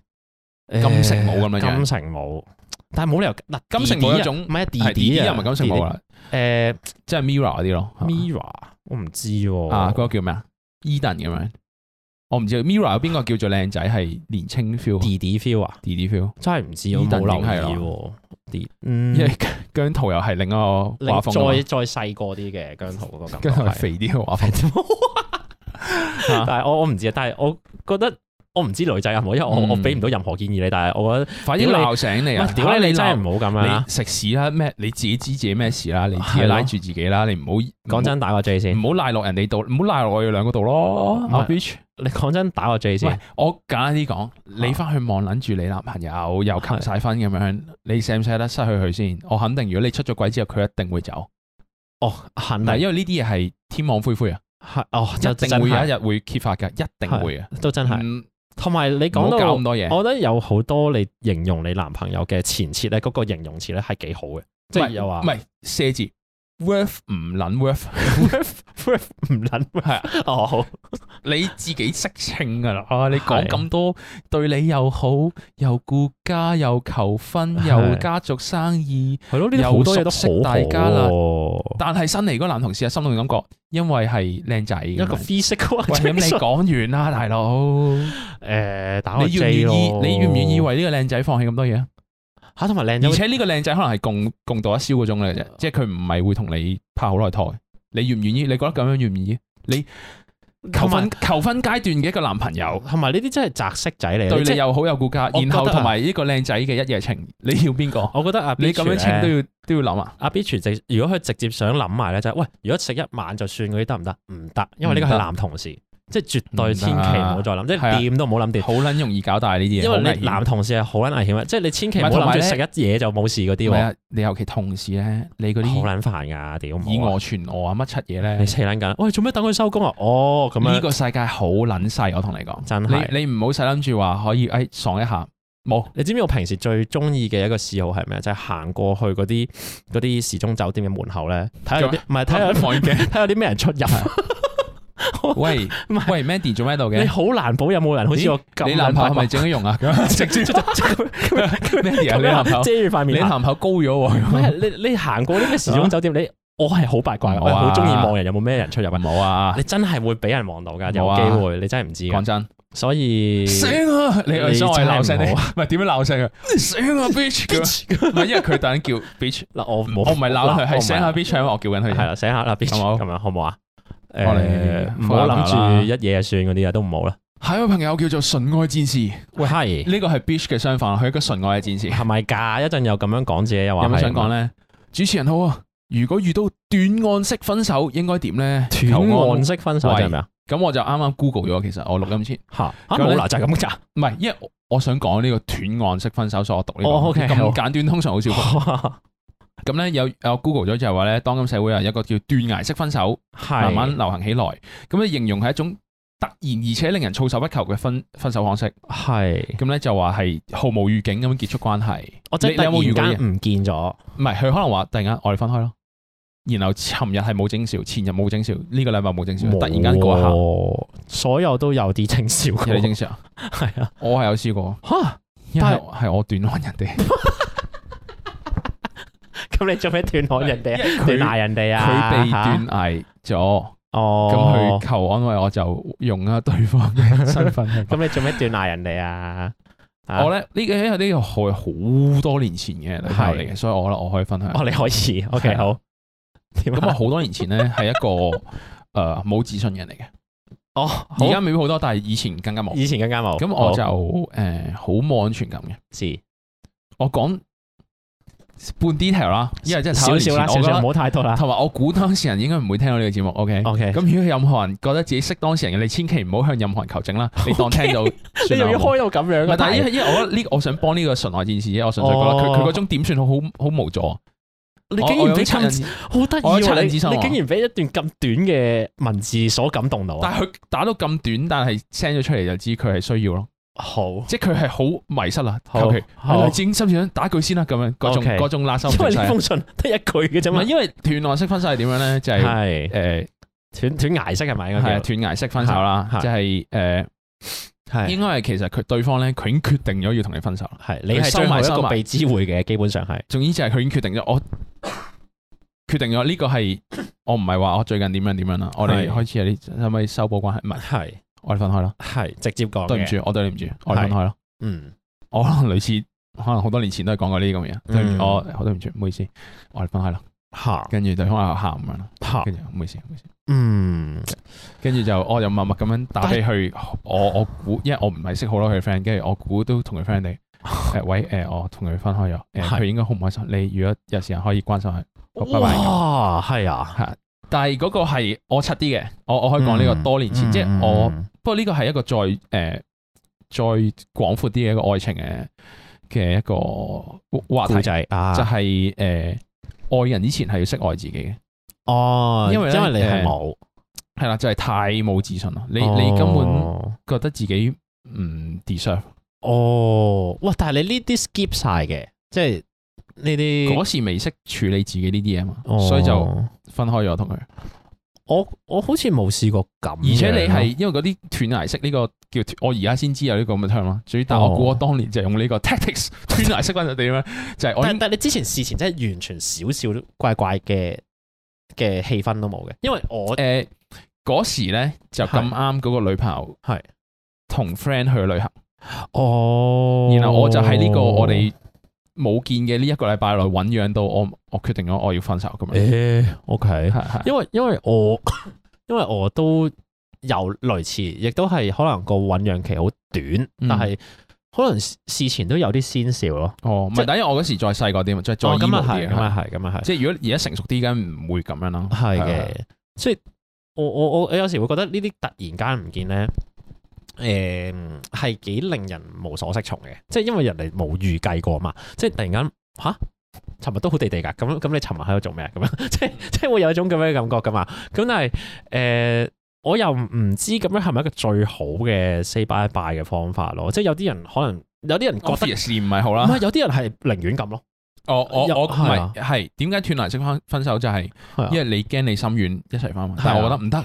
Speaker 2: 金城武咁樣嘅
Speaker 1: 金城武，但係冇理由嗱，
Speaker 2: 金城武有一種
Speaker 1: 唔係啊弟
Speaker 2: 係
Speaker 1: 弟
Speaker 2: 又
Speaker 1: 啊，
Speaker 2: 唔係金城武啦，
Speaker 1: 弟弟。誒
Speaker 2: 即係 Mirror 嗰啲咯。
Speaker 1: ，Mira，我唔知喎。
Speaker 2: 啊，嗰個叫咩啊？Eden 咁樣，我唔知 Mira 有邊個叫做靚仔係年青 feel
Speaker 1: 弟弟 feel 啊，
Speaker 2: D D feel，
Speaker 1: 真係唔知，我
Speaker 2: Eden
Speaker 1: 冇
Speaker 2: 影係
Speaker 1: 留意喎。弟嗯，
Speaker 2: 因為姜濤又係另一個
Speaker 1: 另
Speaker 2: 畫
Speaker 1: 再
Speaker 2: 風㗎嘛，
Speaker 1: 再細個啲嘅姜濤嗰個感覺
Speaker 2: 姜濤係
Speaker 1: 係，
Speaker 2: 肥啲嘅畫風。
Speaker 1: 但係我我唔知啊，但係我覺得。我唔知女仔有冇，因為我
Speaker 2: 嗯
Speaker 1: 我俾唔到任何建議你，但係我覺
Speaker 2: 快啲鬧醒你
Speaker 1: 得，
Speaker 2: 啊！
Speaker 1: 喂屌
Speaker 2: 嚇
Speaker 1: 你你真係
Speaker 2: 鬧
Speaker 1: 唔好咁樣啊啦！
Speaker 2: 你食屎啦咩？你自己知自己咩事啦，你自己
Speaker 1: 啊係咯
Speaker 2: 拉住自己啦，你嗯唔好
Speaker 1: 講，真打個 J
Speaker 2: 唔好
Speaker 1: 先，
Speaker 2: 唔好賴落人哋度，唔好賴落我哋兩個度咯。
Speaker 1: 哦唔係啊
Speaker 2: 阿 Bitch，
Speaker 1: 你講真打個 J
Speaker 2: 喂
Speaker 1: 先，，
Speaker 2: 我簡單啲講，你翻去望撚住你男朋友又求晒婚咁樣，你捨唔捨得失去佢先？我肯定，如果你出咗軌之後，佢一定會走。
Speaker 1: 哦，肯
Speaker 2: 但
Speaker 1: 定
Speaker 2: 係因為呢啲嘢係天網恢恢啊，
Speaker 1: 係哦，就
Speaker 2: 一
Speaker 1: 真
Speaker 2: 定會有一
Speaker 1: 係
Speaker 2: 日會揭發嘅，一定會嘅。
Speaker 1: 都真係。
Speaker 2: 嗯
Speaker 1: 同埋你
Speaker 2: 唔
Speaker 1: 講
Speaker 2: 好搞
Speaker 1: 到
Speaker 2: 咁，多嘢。
Speaker 1: 我覺得有好多你形容你男朋友嘅前設咧，嗰、個形容詞咧係幾好嘅，即
Speaker 2: 唔
Speaker 1: 係
Speaker 2: 係
Speaker 1: 又話
Speaker 2: 唔係射字 worth 唔撚 worth
Speaker 1: 唔撚
Speaker 2: 係啊，
Speaker 1: 哦好，
Speaker 2: 你自己識稱噶啦。啊你講
Speaker 1: 係
Speaker 2: 咁多對你又好，又顧家，又求婚，又
Speaker 1: 係
Speaker 2: 家族生意，
Speaker 1: 係咯，呢啲好多嘢都好
Speaker 2: 又熟悉大家啦
Speaker 1: 好
Speaker 2: 但係新嚟嗰個男同事啊，心動嘅感覺，因為係靚仔
Speaker 1: 一
Speaker 2: 咁樣。
Speaker 1: 個 physical
Speaker 2: 喂，咁你講 完啦，大佬，
Speaker 1: 誒打個
Speaker 2: 你願
Speaker 1: J
Speaker 2: 唔願意？
Speaker 1: 咯，
Speaker 2: 你願唔願意為呢個靚仔放棄咁多嘢啊？
Speaker 1: 嚇同埋靚
Speaker 2: 而
Speaker 1: 仔
Speaker 2: 且呢個靚仔可能係共共度一宵嗰種嚟嘅啫，即係佢唔係會同你拍好耐拖嘅。你願唔願意？你覺得咁樣願唔願意？求
Speaker 1: 同埋
Speaker 2: 婚求婚階段嘅一個男朋友，
Speaker 1: 同埋呢啲真係擲色仔嚟，
Speaker 2: 對
Speaker 1: 即
Speaker 2: 你
Speaker 1: 係
Speaker 2: 又好有顧家，
Speaker 1: 我覺
Speaker 2: 然後
Speaker 1: 得啊
Speaker 2: 同埋呢個靚仔嘅一夜情，你要邊個？
Speaker 1: 我覺得阿
Speaker 2: 你咁樣
Speaker 1: Bitch
Speaker 2: 稱
Speaker 1: 呢
Speaker 2: 都要都要諗啊！
Speaker 1: 阿 B 全直，如果佢直接想諗埋咧，就係、喂，如果食一晚就算嗰啲得唔得？唔得，因為呢個
Speaker 2: 唔得
Speaker 1: 係男同事，即係絕對
Speaker 2: 唔得
Speaker 1: 千祈唔好再諗，即係
Speaker 2: 係啊
Speaker 1: 掂都唔好諗掂。
Speaker 2: 好撚容易搞大呢啲嘢，
Speaker 1: 因
Speaker 2: 好危
Speaker 1: 為
Speaker 2: 險
Speaker 1: 你男同事係好撚危險啊！即係你千祈唔好
Speaker 2: 唔係同埋
Speaker 1: 諗住
Speaker 2: 咧
Speaker 1: 食一嘢就冇事嗰啲
Speaker 2: 唔係
Speaker 1: 喎，
Speaker 2: 啊你尤其同事咧，你嗰
Speaker 1: 好
Speaker 2: 啲
Speaker 1: 撚煩㗎，屌
Speaker 2: 以
Speaker 1: 唔好啊！
Speaker 2: 訛傳訛啊乜柒嘢
Speaker 1: 你
Speaker 2: 咧，
Speaker 1: 死撚緊，喂，做咩等佢收工啊？哦，咁
Speaker 2: 呢
Speaker 1: 樣
Speaker 2: 個世界好撚細，我同你講，
Speaker 1: 真係。
Speaker 2: 你你唔好細諗住話可以誒爽一下，冇
Speaker 1: 你知唔知我平時最中意嘅一個嗜好係咩？啊就係、行過去嗰啲嗰啲時鐘酒店嘅門口咧，睇下有啲唔係睇下
Speaker 2: 望遠鏡。
Speaker 1: 睇下有啲咩人出入。
Speaker 2: 喂
Speaker 1: 唔係
Speaker 2: 喂，Mandy 做咩喺度嘅
Speaker 1: 你？好難保有冇人好似
Speaker 2: 咦
Speaker 1: 我咁
Speaker 2: 你男
Speaker 1: 撚八
Speaker 2: 朋友係
Speaker 1: 卦
Speaker 2: 咪整咗容啊？咁
Speaker 1: 直接
Speaker 2: Mandy 啊，你男朋友，
Speaker 1: 遮住塊
Speaker 2: 你
Speaker 1: 面行。
Speaker 2: 男朋友高咗喎
Speaker 1: 唔係你你行過啲咩時鐘酒店，你我係好八卦嘅，
Speaker 2: 唔好
Speaker 1: 我係
Speaker 2: 啊
Speaker 1: 好中意望人有冇咩人出入
Speaker 2: 咁，
Speaker 1: 嘅。
Speaker 2: 冇啊！
Speaker 1: 你真係會俾人望到㗎，
Speaker 2: 冇
Speaker 1: 有
Speaker 2: 啊
Speaker 1: 機會你真係唔知
Speaker 2: 講
Speaker 1: 㗎。
Speaker 2: 真，
Speaker 1: 所以
Speaker 2: 啊！你
Speaker 1: 你
Speaker 2: 所以我係鬧聲你，
Speaker 1: 真係唔
Speaker 2: 唔係點樣鬧聲啊？醒啊，bitch！唔係因為佢突然叫 bitch，
Speaker 1: 嗱，我冇
Speaker 2: 我唔係鬧佢，
Speaker 1: 我
Speaker 2: 係
Speaker 1: 唔
Speaker 2: 醒下 bitch，因為我叫緊佢。
Speaker 1: 係啦，醒下啦，邊
Speaker 2: 好冇
Speaker 1: 咁樣好唔好啊？
Speaker 2: 我
Speaker 1: 誒
Speaker 2: 哋，
Speaker 1: 唔好
Speaker 2: 放下啦
Speaker 1: 諗住一夜算嗰啲啊，都唔好啦。
Speaker 2: 下一位朋友叫做純愛戰士，
Speaker 1: 喂，係
Speaker 2: 呢個係 bitch 嘅相反，佢係一個純愛嘅戰士。
Speaker 1: 係咪㗎？一陣又咁樣講自己又話
Speaker 2: 有
Speaker 1: 係
Speaker 2: 冇想講咧？主持人好啊，如果遇到斷案式分手應該點呢？
Speaker 1: 斷案式分手
Speaker 2: 喂
Speaker 1: 係咪啊？
Speaker 2: 咁我就啱啱 Google 咗，其實我錄音前
Speaker 1: 吓吓
Speaker 2: 咁
Speaker 1: 冇
Speaker 2: 咧
Speaker 1: 啦，就係咁咋。
Speaker 2: 唔係，因為我我想講呢個斷案式分手，所以我讀呢、個
Speaker 1: 哦，OK，好
Speaker 2: 咁簡短，通常好少講。咁咧有有 Google 咗就係話咧，當今社會啊有一個叫斷崖式分手，
Speaker 1: 係
Speaker 2: 慢慢流行起來。咁咧形容係一種突然而且令人措手不及嘅分分手方式。
Speaker 1: 係，
Speaker 2: 咁咧就話係毫無預警咁樣結束關係。
Speaker 1: 我真
Speaker 2: 你你有冇遇
Speaker 1: 係突
Speaker 2: 過
Speaker 1: 然
Speaker 2: 嘢
Speaker 1: 間唔見咗，
Speaker 2: 唔係佢可能話突然間我哋分開咯，然後尋日係冇徵兆，前日冇徵兆，呢、個禮拜冇啊徵兆，突然間過下
Speaker 1: 冇所有都有啲徵兆
Speaker 2: 有啲
Speaker 1: 嘅，
Speaker 2: 徵兆。
Speaker 1: 係啊，
Speaker 2: 我係有試過，
Speaker 1: 吓
Speaker 2: 因為
Speaker 1: 但係
Speaker 2: 係我斷案人哋。
Speaker 1: 咁你做咩斷我人哋啊？
Speaker 2: 因為佢
Speaker 1: 斷埋人哋啊？
Speaker 2: 佢被
Speaker 1: 嚇
Speaker 2: 斷崖咗，咁
Speaker 1: 哦
Speaker 2: 佢，求安慰我就用咗對方嘅身 份去講。
Speaker 1: 咁你做咩斷埋人哋啊？啊
Speaker 2: 我咧呢個因為呢個係好多年前嘅女朋友嚟嘅，所以我覺得我可以分享。
Speaker 1: 哦，你可以，OK
Speaker 2: 係啊
Speaker 1: 好， 點
Speaker 2: 咁我
Speaker 1: 啊？
Speaker 2: 好多年前咧係一個 誒冇自信嘅人嚟嘅，
Speaker 1: 哦，好
Speaker 2: 而家未必好多，但係以前更加冇。
Speaker 1: 以前更加冇，
Speaker 2: 咁我就
Speaker 1: 好
Speaker 2: 誒好冇安全感嘅。
Speaker 1: 是
Speaker 2: 我講半 detail 啦，因為真係太多
Speaker 1: 少少
Speaker 2: 年前
Speaker 1: 啦，
Speaker 2: 我
Speaker 1: 少
Speaker 2: 覺
Speaker 1: 少
Speaker 2: 得
Speaker 1: 唔好太多啦。
Speaker 2: 同埋我估當事人應該唔會聽到呢個節目，OK？
Speaker 1: OK，
Speaker 2: 咁如果有任何人覺得自己識當事人嘅，你千祈唔好向任何人求證啦，你 當聽到
Speaker 1: 你
Speaker 2: 算啦
Speaker 1: 又要
Speaker 2: 好
Speaker 1: 開
Speaker 2: 冇
Speaker 1: 到咁樣
Speaker 2: 唔係
Speaker 1: 嘅，
Speaker 2: 但係因
Speaker 1: 係
Speaker 2: 為因為我覺得呢個，我想幫呢個純愛戰士啫，我純粹覺得佢
Speaker 1: 哦
Speaker 2: 佢嗰種點算好好好無助。啊
Speaker 1: 你
Speaker 2: 你
Speaker 1: 竟然俾咁好得意
Speaker 2: 我有惻
Speaker 1: 喎，
Speaker 2: 隱
Speaker 1: 你
Speaker 2: 之心啊
Speaker 1: 你竟然俾一段咁短嘅文字所感動到啊！
Speaker 2: 但係佢打到咁短，但係 send 咗出嚟就知佢係需要咯，
Speaker 1: 好，
Speaker 2: 即係佢係好迷失啦。
Speaker 1: 好
Speaker 2: 求其
Speaker 1: 好
Speaker 2: 我正心想打一句先啦，咁樣嗰種
Speaker 1: OK
Speaker 2: 嗰種拉手唔
Speaker 1: 因為呢
Speaker 2: 使。
Speaker 1: 封信得一句嘅啫
Speaker 2: 唔
Speaker 1: 嘛
Speaker 2: 係，因為啊斷岸式分手係點樣咧？就係
Speaker 1: 係
Speaker 2: 誒
Speaker 1: 斷斷崖式係咪應
Speaker 2: 係
Speaker 1: 該
Speaker 2: 啊
Speaker 1: 叫？
Speaker 2: 斷崖式分手啦，
Speaker 1: 係
Speaker 2: 就係誒
Speaker 1: 係
Speaker 2: 應該係其實佢對方咧佢已經決定咗要同你分手啦。
Speaker 1: 係你
Speaker 2: 佢
Speaker 1: 係
Speaker 2: 收
Speaker 1: 最後
Speaker 2: 埋
Speaker 1: 一
Speaker 2: 收
Speaker 1: 個
Speaker 2: 埋
Speaker 1: 被知會嘅，基本上係
Speaker 2: 總之就係佢已經決定咗，我決定咗呢個係我唔係話我最近點樣點樣啦，我哋
Speaker 1: 係
Speaker 2: 開始有啲可唔可以修補關係？唔係，
Speaker 1: 係
Speaker 2: 我哋分開啦，
Speaker 1: 係直接講
Speaker 2: 對唔
Speaker 1: 嘅，
Speaker 2: 住，我對你唔住，我哋分開啦。
Speaker 1: 嗯，
Speaker 2: 我可能類似，可能好多年前都係講過呢啲咁嘅嘢，對唔
Speaker 1: 嗯
Speaker 2: 住，我我對唔住，唔好意思，我哋分開啦。
Speaker 1: 嚇
Speaker 2: 跟住對方又喊咁樣啦，
Speaker 1: 嚇，
Speaker 2: 跟住唔好意思，唔好意思，
Speaker 1: 嗯，
Speaker 2: 跟住就我又默默咁樣打俾佢，我我估，因為我唔係識好多佢嘅 friend，跟住我估都同佢 friend 哋，誒喂誒，我同佢分開咗，誒
Speaker 1: 嗯係
Speaker 2: 佢應該好唔開心，你如果有時間可以關心佢。好拜拜
Speaker 1: 哇，係啊，
Speaker 2: 但係嗰個係我柒啲嘅，我我可以講呢個多年前，
Speaker 1: 嗯
Speaker 2: 即
Speaker 1: 嗯
Speaker 2: 係我
Speaker 1: 嗯
Speaker 2: 不過呢個係一個再誒、呃再廣闊啲嘅一個愛情嘅嘅一個話
Speaker 1: 故
Speaker 2: 題，
Speaker 1: 仔啊，
Speaker 2: 就係、誒、愛人之前係要識愛自己嘅，
Speaker 1: 哦，因
Speaker 2: 因
Speaker 1: 為
Speaker 2: 為
Speaker 1: 因
Speaker 2: 咧
Speaker 1: 為你係
Speaker 2: 誒
Speaker 1: 冇，
Speaker 2: 係啦，就係、太冇自信啦，你你根本
Speaker 1: 哦
Speaker 2: 覺得自己唔 deserve，
Speaker 1: 哦，哇！但係你呢啲 skip 晒嘅，即係呢啲
Speaker 2: 嗰、時未識處理自己呢啲嘢嘛，
Speaker 1: 嗯哦，嗯
Speaker 2: 所以就分開咗同佢，而
Speaker 1: 我我好似冇試過咁樣咯，
Speaker 2: 且你係因為嗰啲斷崖式呢個叫斷我而家先知有呢個咁嘅 term 啦，至於但
Speaker 1: 哦
Speaker 2: 我估我當年就係用呢 個 tactics 斷崖式分手點樣，就係我已
Speaker 1: 但
Speaker 2: 經
Speaker 1: 但係你之前事前真係完全少少怪怪嘅嘅氣氛都冇嘅，因為我
Speaker 2: 誒嗰時咧就咁啱嗰個女朋友
Speaker 1: 係
Speaker 2: 同 friend 去旅行，
Speaker 1: 哦
Speaker 2: 然後我就喺呢個我哋冇見嘅呢一個禮拜內醖釀到我我決定咗我要分手咁樣，
Speaker 1: 誒 OK，
Speaker 2: 係係
Speaker 1: 因為因為我 因為我都有類似，亦都係可能個醖釀期好短，
Speaker 2: 嗯
Speaker 1: 但係可能事前都有啲先兆咯。
Speaker 2: 哦，唔
Speaker 1: 即
Speaker 2: 係，但因為我嗰時再細個啲嘛，再再
Speaker 1: 哦
Speaker 2: emo
Speaker 1: 咁啊係，
Speaker 2: 啲嘅
Speaker 1: 咁
Speaker 2: 係
Speaker 1: 啊係，咁啊係。
Speaker 2: 即係如果而家成熟啲，梗唔會咁樣啦。
Speaker 1: 係
Speaker 2: 係
Speaker 1: 嘅，所以我我我有時會覺得呢啲突然間唔見咧，誒、係幾令人無所適從嘅，即係因為人哋冇預計過嘛，即係突然間吓，尋日都好地地㗎，咁咁你尋日喺度做咩啊？咁樣 即係即係會有一種咁樣嘅感覺噶嘛。咁但係誒、我又唔知咁樣係咪一個最好嘅 say bye bye 嘅方法咯？即係有啲人可能有啲人覺得
Speaker 2: Obviously 唔係好
Speaker 1: 唔
Speaker 2: 啦。
Speaker 1: 係，有啲人係寧願咁咯，
Speaker 2: 我我
Speaker 1: 又
Speaker 2: 我唔
Speaker 1: 係啊
Speaker 2: 係係點解斷崖式分分手就係
Speaker 1: 係啊
Speaker 2: 因為你驚你心軟一齊翻嘛
Speaker 1: 係啊，
Speaker 2: 但係我覺得唔得，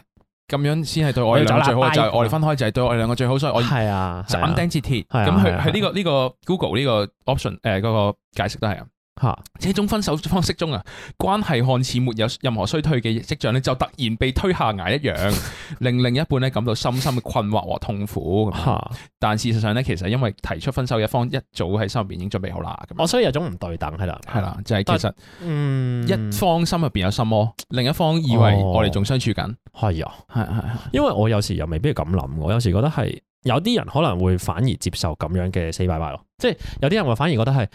Speaker 2: 咁樣先係對我哋兩個最
Speaker 1: 我
Speaker 2: 好，
Speaker 1: 要走
Speaker 2: 就
Speaker 1: 啦
Speaker 2: 係我哋分開就係對我哋兩個最好，所以我
Speaker 1: 係啊，係啊
Speaker 2: 斬釘截鐵。
Speaker 1: 係啊
Speaker 2: 咁
Speaker 1: 係
Speaker 2: 佢
Speaker 1: 啊
Speaker 2: 佢呢個呢個 Google 呢個 option 誒嗰個解釋都係啊，
Speaker 1: 嚇
Speaker 2: 這種分手方式中啊，關係看似沒有任何衰退嘅跡象咧，就突然被推下崖一樣， 令另一半咧感到深深嘅困惑和痛苦。咁樣
Speaker 1: 嚇。
Speaker 2: 但事實上咧，其實因為提出分手嘅一方一早喺心入邊已經準備好啦，咁樣
Speaker 1: 我哦所以有種唔對等係啦，
Speaker 2: 係，啦，就係其實
Speaker 1: 嗯，
Speaker 2: 一方心入邊有心魔，另一方以為我哋仲相處緊，
Speaker 1: 係啊，
Speaker 2: 係係係
Speaker 1: 因為我有時又未必係咁諗，我有時覺得係有啲人可能會反而接受咁樣嘅 say bye bye 咯，即係有啲人話反而覺得係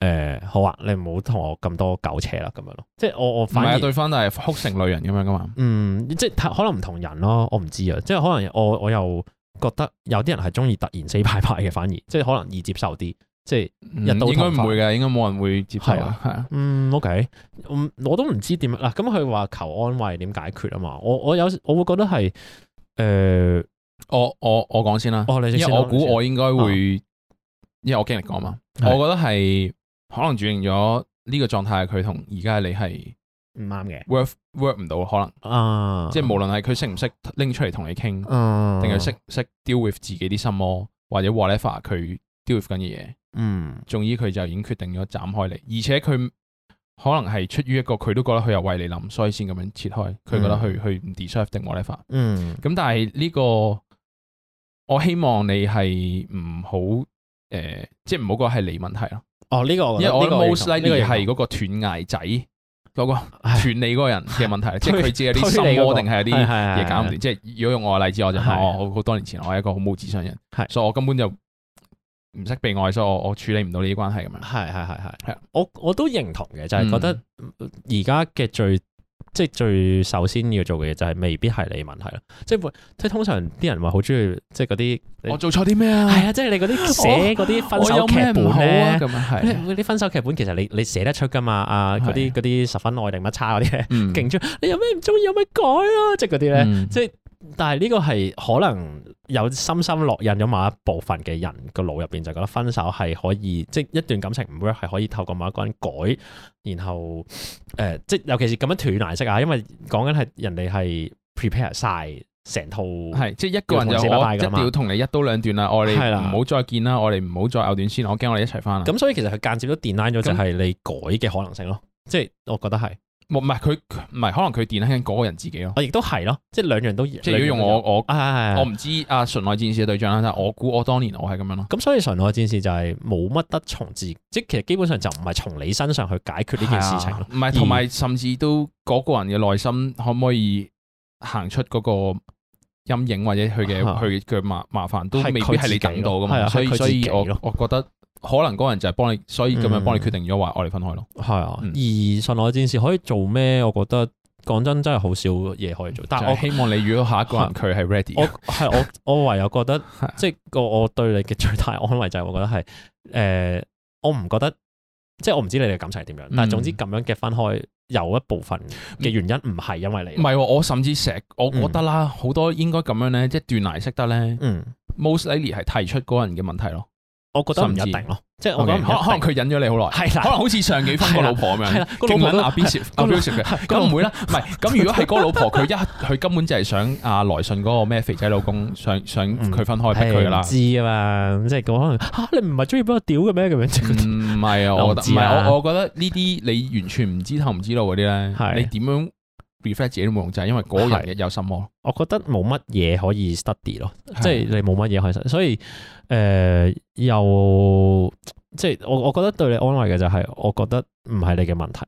Speaker 1: 诶、好啊，你唔好同我咁多狗扯啦，咁樣咯。即係我我
Speaker 2: 唔
Speaker 1: 反
Speaker 2: 係啊，
Speaker 1: 而
Speaker 2: 對翻但係哭成淚人咁樣噶嘛。
Speaker 1: 嗯，即係可能唔同人咯，我唔知啊。即係可能我我又覺得有啲人係中意突然死派派嘅，反而即係可能易接受啲。即係
Speaker 2: 嗯
Speaker 1: 日
Speaker 2: 應
Speaker 1: 到
Speaker 2: 該
Speaker 1: 頭髮
Speaker 2: 唔會嘅，應該冇人會接受
Speaker 1: 係
Speaker 2: 啊。係啊，
Speaker 1: 嗯，OK，嗯我都唔知點嗱。咁佢話求安慰點解決啊嘛？我我有我會覺得係诶、
Speaker 2: 我我我講先啦，
Speaker 1: 哦，你
Speaker 2: 因
Speaker 1: 先
Speaker 2: 為
Speaker 1: 啦
Speaker 2: 我估我應該
Speaker 1: 啊
Speaker 2: 會，因為我經歷過嘛，我
Speaker 1: 係
Speaker 2: 覺得係可能注定咗呢個狀態，佢同而家你係
Speaker 1: 唔啱嘅
Speaker 2: work work 唔到，可能
Speaker 1: 啊，
Speaker 2: 即係無論係佢識唔識拎出嚟同你傾，
Speaker 1: 嗯，
Speaker 2: 定係識識 deal with 自己啲心魔，或者 whatever 佢 deal with 緊嘅嘢。
Speaker 1: 嗯
Speaker 2: 總之佢就已經決定咗斬開你，而且佢可能係出於一個佢都覺得佢又為你諗，所以先咁樣切開。佢覺得佢佢唔 deserve 定 whatever。
Speaker 1: 嗯
Speaker 2: 咁但係呢、個，我希望你係唔好誒，呃即係唔好講係你問題咯，
Speaker 1: 哦呢、個
Speaker 2: 因為我覺
Speaker 1: 呢
Speaker 2: 得
Speaker 1: 個呢
Speaker 2: most
Speaker 1: 個
Speaker 2: likely
Speaker 1: 認同
Speaker 2: 係嗰個斷崖仔嗰個
Speaker 1: 唉
Speaker 2: 斷你嗰個人嘅問 題，即係佢
Speaker 1: 推
Speaker 2: 自己有啲
Speaker 1: 推
Speaker 2: 心
Speaker 1: 你嗰
Speaker 2: 魔
Speaker 1: 個
Speaker 2: 定係有啲
Speaker 1: 係係
Speaker 2: 嘢搞唔掂。即係如果用我嘅例子，我就
Speaker 1: 係
Speaker 2: 我我好多年前我係一個好冇智商嘅人，
Speaker 1: 係
Speaker 2: 所以我根本就唔識被愛，所以我我處理唔到呢啲關係咁樣。
Speaker 1: 係係係係
Speaker 2: 係啊
Speaker 1: 我我都認同嘅，就係、覺得
Speaker 2: 嗯
Speaker 1: 而家嘅最即係最首先要做嘅嘢就係未必係你問題啦，即係會即係通常啲人話好中意即係嗰啲
Speaker 2: 我做錯啲咩啊？
Speaker 1: 係啊，即係你嗰啲寫嗰啲分
Speaker 2: 我有
Speaker 1: 手劇
Speaker 2: 咩唔
Speaker 1: 本
Speaker 2: 好啊？
Speaker 1: 咧。
Speaker 2: 咁啊係，
Speaker 1: 你啲分手劇本其實你你寫得出噶嘛？啊，嗰啲
Speaker 2: 係
Speaker 1: 嗰啲十分愛定乜叉嗰啲咧，
Speaker 2: 嗯
Speaker 1: 勁中意你有咩唔中意有咩改啊！即係嗰啲咧，
Speaker 2: 嗯
Speaker 1: 即係但係呢個係可能有深深烙印咗某一部分嘅人個腦入邊，就覺得分手係可以，即係一段感情唔 work 係可以透過某一個人改，然後誒、呃即係尤其是咁樣斷崖式啊，因為講緊係人哋係 prepare 晒成套，
Speaker 2: 係即係一個人就
Speaker 1: 要同你
Speaker 2: 我
Speaker 1: 拜拜
Speaker 2: 一
Speaker 1: 㗎嘛
Speaker 2: 定要同你一刀兩斷啦，我哋
Speaker 1: 係啦
Speaker 2: 唔好再見啦，我哋唔好再藕斷絲連，我驚我哋一齊翻啦。
Speaker 1: 咁所以其實佢間接都 deny 咗就
Speaker 2: 咁
Speaker 1: 係你改嘅可能性咯，即係我覺得係，
Speaker 2: 唔係佢唔係可能佢電緊緊嗰個人自己咯，
Speaker 1: 我亦都係咯，即係兩樣都
Speaker 2: 即係如果用我我
Speaker 1: 啊，
Speaker 2: 我唔知啊純愛戰士嘅對象啦，但係我估我當年我係咁樣咯。
Speaker 1: 咁所以純愛戰士就係冇乜得從自，即係其實基本上就唔係從你身上去解決呢件事情
Speaker 2: 係啊
Speaker 1: 咯。
Speaker 2: 唔係同埋甚至都嗰個人嘅內心可唔可以行出嗰個陰影或者佢嘅
Speaker 1: 啊
Speaker 2: 佢嘅麻麻煩都
Speaker 1: 係
Speaker 2: 未必
Speaker 1: 佢
Speaker 2: 係你
Speaker 1: 自己
Speaker 2: 等到
Speaker 1: 咯
Speaker 2: 噶
Speaker 1: 係
Speaker 2: 嘛，
Speaker 1: 啊
Speaker 2: 所以
Speaker 1: 係佢
Speaker 2: 所以
Speaker 1: 自己
Speaker 2: 我
Speaker 1: 咯
Speaker 2: 我覺得可能嗰個人就係幫你，所以咁樣
Speaker 1: 嗯
Speaker 2: 幫你決定咗話我哋分開咯。
Speaker 1: 係啊，
Speaker 2: 嗯
Speaker 1: 而純愛戰士可以做咩？我覺得講真真係好少嘢可以做。但
Speaker 2: 但我
Speaker 1: 係
Speaker 2: 希望你遇到下一個人佢係 ready
Speaker 1: 我我
Speaker 2: 嘅。
Speaker 1: 係我我唯有覺得
Speaker 2: 係啊，
Speaker 1: 即係個我對你嘅最大安慰就係我覺得係誒、呃我唔覺得，即係我唔知你哋嘅感情係點樣，
Speaker 2: 嗯
Speaker 1: 但係總之咁樣嘅分開有一部分嘅原因唔係因為
Speaker 2: 唔
Speaker 1: 你。
Speaker 2: 係喎，我甚至成日我
Speaker 1: 嗯
Speaker 2: 覺得啦，好多應該咁樣咧，即係斷崖式得咧
Speaker 1: 嗯，
Speaker 2: ，most likely 係提出嗰個人嘅問題咯。
Speaker 1: 我覺得唔
Speaker 2: 甚至
Speaker 1: 一定咯，即係我覺得唔一
Speaker 2: OK，可能可能
Speaker 1: 定。
Speaker 2: 佢忍咗你好耐。
Speaker 1: 係
Speaker 2: 可能
Speaker 1: 啦，
Speaker 2: 好似上幾分個老婆咁樣，
Speaker 1: 係啦個老
Speaker 2: 勁
Speaker 1: 婆
Speaker 2: 撚
Speaker 1: 都
Speaker 2: abusive
Speaker 1: 個老
Speaker 2: abusive 嘅，
Speaker 1: 個
Speaker 2: 咁唔會啦。唔係，咁如果係嗰個老婆，佢一佢根本就係想阿來信嗰個咩肥仔老公想想
Speaker 1: 嗯
Speaker 2: 佢分開逼佢㗎啦
Speaker 1: 唔。知啊嘛，即係佢可能嚇你唔係中意俾我屌嘅咩咁樣。
Speaker 2: 唔係 啊，
Speaker 1: 我
Speaker 2: 我
Speaker 1: 唔
Speaker 2: 覺得
Speaker 1: 知
Speaker 2: 唔係
Speaker 1: 啊
Speaker 2: 我，我覺得呢啲你完全唔知頭唔知路嗰啲
Speaker 1: 係
Speaker 2: 咧，你點樣 reflect 自己都冇用，就係因為嗰個
Speaker 1: 係
Speaker 2: 人有心魔。
Speaker 1: 我覺得冇乜嘢可以 study 咯，
Speaker 2: 係
Speaker 1: 即係你冇乜嘢可以 study，所以誒、呃又即係我我覺得對你安慰嘅就係，我覺得唔係你嘅問題，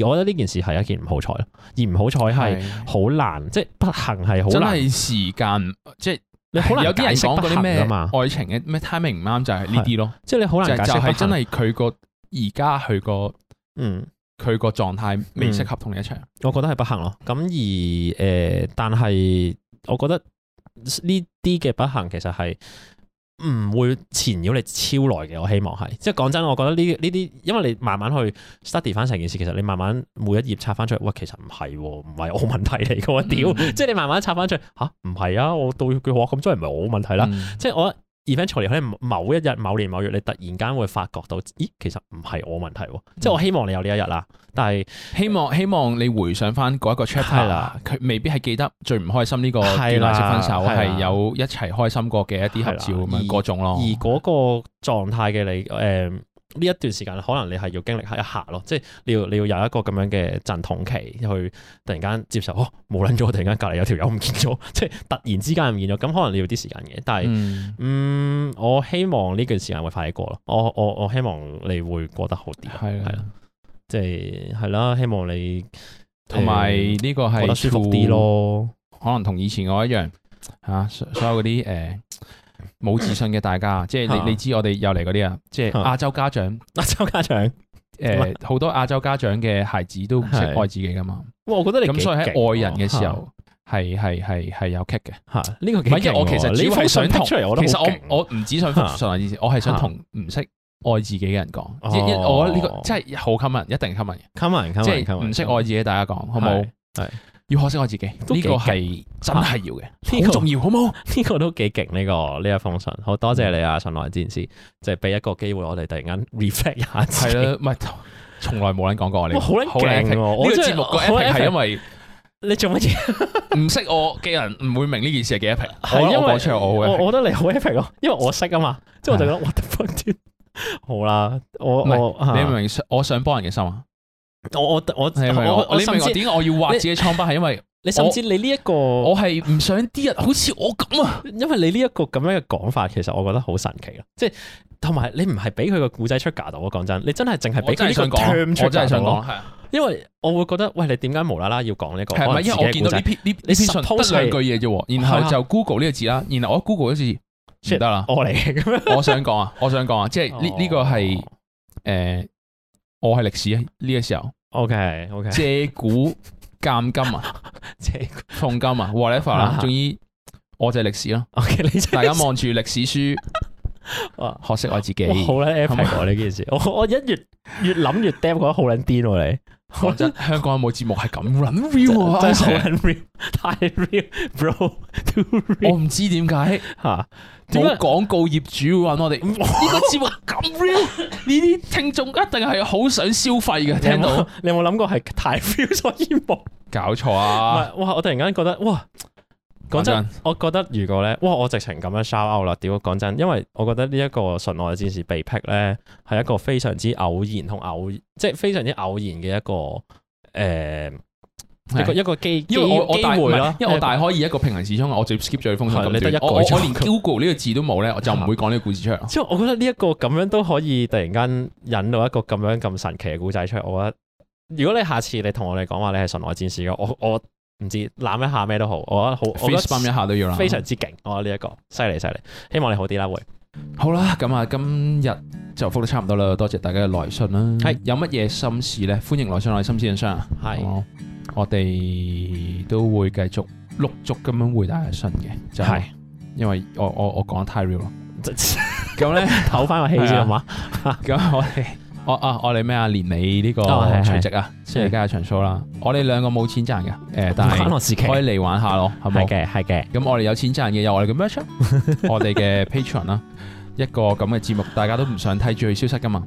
Speaker 1: 而而我覺得呢件事係一件唔好彩咯，而唔好彩係好難，即係不幸係好
Speaker 2: 真
Speaker 1: 難，
Speaker 2: 係時間，即係
Speaker 1: 你好難
Speaker 2: 有啲人
Speaker 1: 解釋
Speaker 2: 講
Speaker 1: 不
Speaker 2: 嗰啲
Speaker 1: 幸
Speaker 2: 咩
Speaker 1: 㗎嘛，
Speaker 2: 愛情嘅咩 timing 唔啱，就係呢啲咯，
Speaker 1: 即係你好
Speaker 2: 就
Speaker 1: 難
Speaker 2: 係就
Speaker 1: 解釋不
Speaker 2: 係真
Speaker 1: 幸。
Speaker 2: 係佢個而家佢個。
Speaker 1: 嗯，
Speaker 2: 佢個狀態未適合同你一齊。
Speaker 1: 我覺得係不幸咯。咁而誒、呃但係我覺得呢啲嘅不幸其實係唔會纏繞你超耐嘅。我希望係，即係講真，我覺得呢呢啲，因為你慢慢去 study 翻成件事，其實你慢慢每一頁拆翻出嚟，喂，其實唔係喎，唔係我問題嚟嘅喎，屌！
Speaker 2: 嗯
Speaker 1: 即係你慢慢拆翻出嚟，吓，唔係啊，我到佢話咁，所以唔係我問題啦。
Speaker 2: 嗯
Speaker 1: 即係我 eventually 可能某一日、某年、某月，你突然間會發覺到，咦，其實唔係我問題喎。即係我希望你有呢一日啦，但係。
Speaker 2: 希望希望你回想翻嗰一個 chapter
Speaker 1: 係啦，
Speaker 2: 佢未必係記得最唔開心呢個斷
Speaker 1: 啊係
Speaker 2: 崖
Speaker 1: 啦
Speaker 2: 式分手，
Speaker 1: 係啦
Speaker 2: 係有一齊開心過嘅一啲合照咁
Speaker 1: 係啦
Speaker 2: 樣嗰種咯。
Speaker 1: 而嗰個狀態嘅你，誒、呢一段時間，可能你係要經歷一下咯，即係你要你要有一個咁樣嘅陣痛期，去突然間接受，哦，冇撚咗，突然間隔離有條友唔見咗，即係突然之間唔見咗，咁可能你要啲時間嘅，但係。
Speaker 2: 嗯
Speaker 1: 嗯，我希望呢段時間會快啲過咯。我我我希望你會過得好啲，
Speaker 2: 係
Speaker 1: 係
Speaker 2: 啦
Speaker 1: 啦，即係係啦。希望你
Speaker 2: 同埋
Speaker 1: 誒
Speaker 2: 呢個
Speaker 1: 過
Speaker 2: 係
Speaker 1: 得 舒服啲，咯。
Speaker 2: 啊 可能同以前我一樣嚇，所所有嗰啲誒冇自信嘅大家，即係
Speaker 1: 啊
Speaker 2: 你你知我哋又嚟嗰啲啊，即係
Speaker 1: 啊
Speaker 2: 亞洲家長，
Speaker 1: 亞洲家長，
Speaker 2: 誒好多亞洲家長嘅孩子都唔識
Speaker 1: 係
Speaker 2: 愛自己噶嘛，
Speaker 1: 哇我覺得你
Speaker 2: 咁所以喺愛人嘅時
Speaker 1: 嚇
Speaker 2: 候係係係係有棘嘅。
Speaker 1: 嚇呢個
Speaker 2: 唔
Speaker 1: 幾
Speaker 2: 係，因
Speaker 1: 勁
Speaker 2: 為我
Speaker 1: 喎
Speaker 2: 其實
Speaker 1: 你
Speaker 2: 主要
Speaker 1: 封信
Speaker 2: 係想
Speaker 1: 剔
Speaker 2: 同
Speaker 1: 出嚟，我覺
Speaker 2: 其
Speaker 1: 得好
Speaker 2: 實
Speaker 1: 勁
Speaker 2: 我我唔只想復述意思，我係想
Speaker 1: 嚇
Speaker 2: 同唔識愛自己嘅人講，
Speaker 1: 哦
Speaker 2: 因因我覺得呢個真係好 common，一定 common 嘅，
Speaker 1: common
Speaker 2: 即
Speaker 1: common
Speaker 2: 係
Speaker 1: common，
Speaker 2: 唔識愛自己，大家講好冇
Speaker 1: 係？係
Speaker 2: 要學識愛自己，
Speaker 1: 都
Speaker 2: 呢
Speaker 1: 幾
Speaker 2: 個係真係要
Speaker 1: 呢
Speaker 2: 嘅，
Speaker 1: 個
Speaker 2: 好重要，好冇？
Speaker 1: 呢個都幾勁呢個呢一封信，好多
Speaker 2: 嗯
Speaker 1: 謝你啊，信來戰士，即係俾一個機會我哋突然間 reflect 一下自
Speaker 2: 係
Speaker 1: 己。
Speaker 2: 啦，唔係從來冇人講過呢個，
Speaker 1: 哇好撚勁喎
Speaker 2: 呢
Speaker 1: 我
Speaker 2: 個
Speaker 1: 真係
Speaker 2: 節目個
Speaker 1: 好
Speaker 2: epic 係
Speaker 1: epic
Speaker 2: 因為
Speaker 1: 你做乜嘢？
Speaker 2: 唔識我嘅人唔會明呢件事係幾 epic，
Speaker 1: 係
Speaker 2: 我
Speaker 1: 因為
Speaker 2: 我講出嚟我
Speaker 1: 我
Speaker 2: 會
Speaker 1: 我覺得你好 epic 咯，因為我識啊嘛，即係我就覺得 what the fuck dude？好啦，我
Speaker 2: 唔係
Speaker 1: 我啊
Speaker 2: 你明唔明？我想幫人嘅心啊，
Speaker 1: 我我我
Speaker 2: 你明唔明我
Speaker 1: 我我
Speaker 2: 你明唔
Speaker 1: 甚
Speaker 2: 明我
Speaker 1: 至
Speaker 2: 點解我要畫
Speaker 1: 你
Speaker 2: 自己瘡疤係因為
Speaker 1: 你甚至你呢一個，
Speaker 2: 我係唔想啲人好似我咁啊。
Speaker 1: 因為你呢一個咁樣嘅講法，其實我覺得好神奇咯，即係同埋你唔係俾佢個故仔出架到，我講真，你真係淨係
Speaker 2: 我
Speaker 1: 俾
Speaker 2: 真
Speaker 1: 佢呢
Speaker 2: 係
Speaker 1: 個
Speaker 2: 想講
Speaker 1: term，出
Speaker 2: 我真係
Speaker 1: 架到
Speaker 2: 想
Speaker 1: 咯
Speaker 2: 講，係啊
Speaker 1: 因為我會覺得喂，你點解無啦啦要講呢個？
Speaker 2: 係咪？因為我見
Speaker 1: 見
Speaker 2: 到呢篇呢呢
Speaker 1: 你
Speaker 2: 篇信得
Speaker 1: suppose
Speaker 2: 兩句嘢啫喎，然
Speaker 1: 係
Speaker 2: 後
Speaker 1: 啊
Speaker 2: 就 Google 呢個字啦，然後我 Google 一次
Speaker 1: Shit，
Speaker 2: 唔得啦
Speaker 1: 我嚟嘅咁樣，
Speaker 2: 我想講啊，我想講啊，即係呢呢個係
Speaker 1: 哦
Speaker 2: 誒，我係歷史啊呢個時候
Speaker 1: OK OK，
Speaker 2: 借古鑑今啊，
Speaker 1: 即
Speaker 2: 奉金啊，whatever
Speaker 1: 啊
Speaker 2: 啦
Speaker 1: 哈，
Speaker 2: 總之我就係歷 史咯。
Speaker 1: OK，你真係
Speaker 2: 大家望住歷史
Speaker 1: 哇
Speaker 2: 書，學識我自己。
Speaker 1: 哇好撚 epic
Speaker 2: 係嘛
Speaker 1: 喎呢件事，我我一越越諗越 damn 覺得好撚癲喎你，
Speaker 2: 講 真，香港有冇節目係咁 run real 啊？
Speaker 1: 真係好
Speaker 2: 成日
Speaker 1: 撚 real，太 real，bro，too real
Speaker 2: 我唔知點解。
Speaker 1: 嚇，點
Speaker 2: 冇
Speaker 1: 解
Speaker 2: 廣告業主會揾我哋，呢個節目咁 real，呢啲聽眾一定係好想消費嘅，聽
Speaker 1: 你有
Speaker 2: 到
Speaker 1: 冇你有冇諗過係太 real 所以冇？
Speaker 2: 搞錯
Speaker 1: 唔
Speaker 2: 啊！
Speaker 1: 係，哇！我突然間覺得，哇！講
Speaker 2: 講
Speaker 1: 真
Speaker 2: 真，
Speaker 1: 我覺得如果咧，哇！我直情咁樣 shout out 啦，屌！講真，因為我覺得呢一個純愛戰士被劈咧，係一個非常之偶然同偶，即係非常之偶然嘅一個誒、呃一個
Speaker 2: 係
Speaker 1: 一個機
Speaker 2: 因為我我
Speaker 1: 機
Speaker 2: 大唔
Speaker 1: 會
Speaker 2: 係
Speaker 1: 啦，
Speaker 2: 因為我大可以一個平行時空，我直接 skip 咗呢封信
Speaker 1: 係
Speaker 2: 咁
Speaker 1: 你得
Speaker 2: 短
Speaker 1: 一個
Speaker 2: 我我
Speaker 1: 啫
Speaker 2: 我連 Google 呢個字都冇咧，我就唔會講呢個故事出嚟咯。
Speaker 1: 即係我覺得呢一個咁樣都可以突然間引到一個咁樣咁神奇嘅故仔出嚟，我覺得如果你下次你同我哋講話你係純愛戰士嘅，我我唔知攬一下咩都好，我覺 得好，我
Speaker 2: f
Speaker 1: 覺
Speaker 2: a
Speaker 1: 得
Speaker 2: c e b u m 一下都要啦。
Speaker 1: 非常之勁，我覺得呢一個犀利犀利，希望你好啲啦會。
Speaker 2: 好啦，咁啊，今日就覆得差唔多啦，多謝大家嘅來信啦。
Speaker 1: 係
Speaker 2: 有乜嘢心事咧？歡迎來信我哋心事信箱啊！
Speaker 1: 係
Speaker 2: 好冇我哋都會繼續陸續咁樣回答嘅信嘅，就係
Speaker 1: 係
Speaker 2: 因為我我我講得太 real 啦。
Speaker 1: 咁咧， 唞翻個氣
Speaker 2: 啊
Speaker 1: 先好嘛？
Speaker 2: 咁 我哋我啊我哋咩啊年尾呢個
Speaker 1: 哦係
Speaker 2: 除夕啊，即
Speaker 1: 係
Speaker 2: 係家長數啦。我哋兩個冇錢賺嘅，誒， 但
Speaker 1: 玩
Speaker 2: 係
Speaker 1: 樂時期
Speaker 2: 可以嚟玩下咯，係咪
Speaker 1: 係？嘅，係嘅，
Speaker 2: 咁我哋有錢賺嘅有我哋嘅 merch，啦 我哋嘅 patron 啦，一個咁嘅節目，大家都唔想睇住佢消失噶嘛，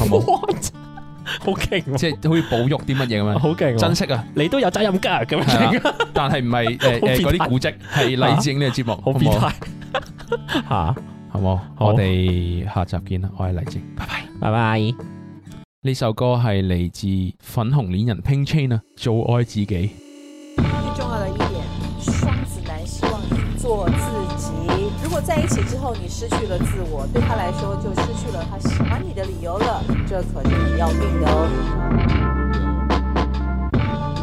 Speaker 2: 好 冇？
Speaker 1: 好勁喎，
Speaker 2: 即係好似保育啲乜嘢咁樣，
Speaker 1: 好勁喎，
Speaker 2: 珍惜啊！
Speaker 1: 你都有責任㗎，咁
Speaker 2: 係啊
Speaker 1: 樣
Speaker 2: 但係唔係誒
Speaker 1: 好變
Speaker 2: 誒
Speaker 1: 態
Speaker 2: 嗰啲古蹟，係勵志鷹呢個節 目，
Speaker 1: 好
Speaker 2: 好
Speaker 1: 變
Speaker 2: 冇？
Speaker 1: 態嚇，
Speaker 2: 好冇？
Speaker 1: 好
Speaker 2: 我哋下集見啦，我係勵志鷹，拜拜。
Speaker 1: 拜拜。
Speaker 2: 呢首歌係嚟自粉紅戀人 Pink Chain 啊，做愛自己。
Speaker 5: 最重要的一点，双子男希望你做自己。如果在一起之后你失去了自我，对他来说就失去了他喜欢你的理由了，这可是要命的哦。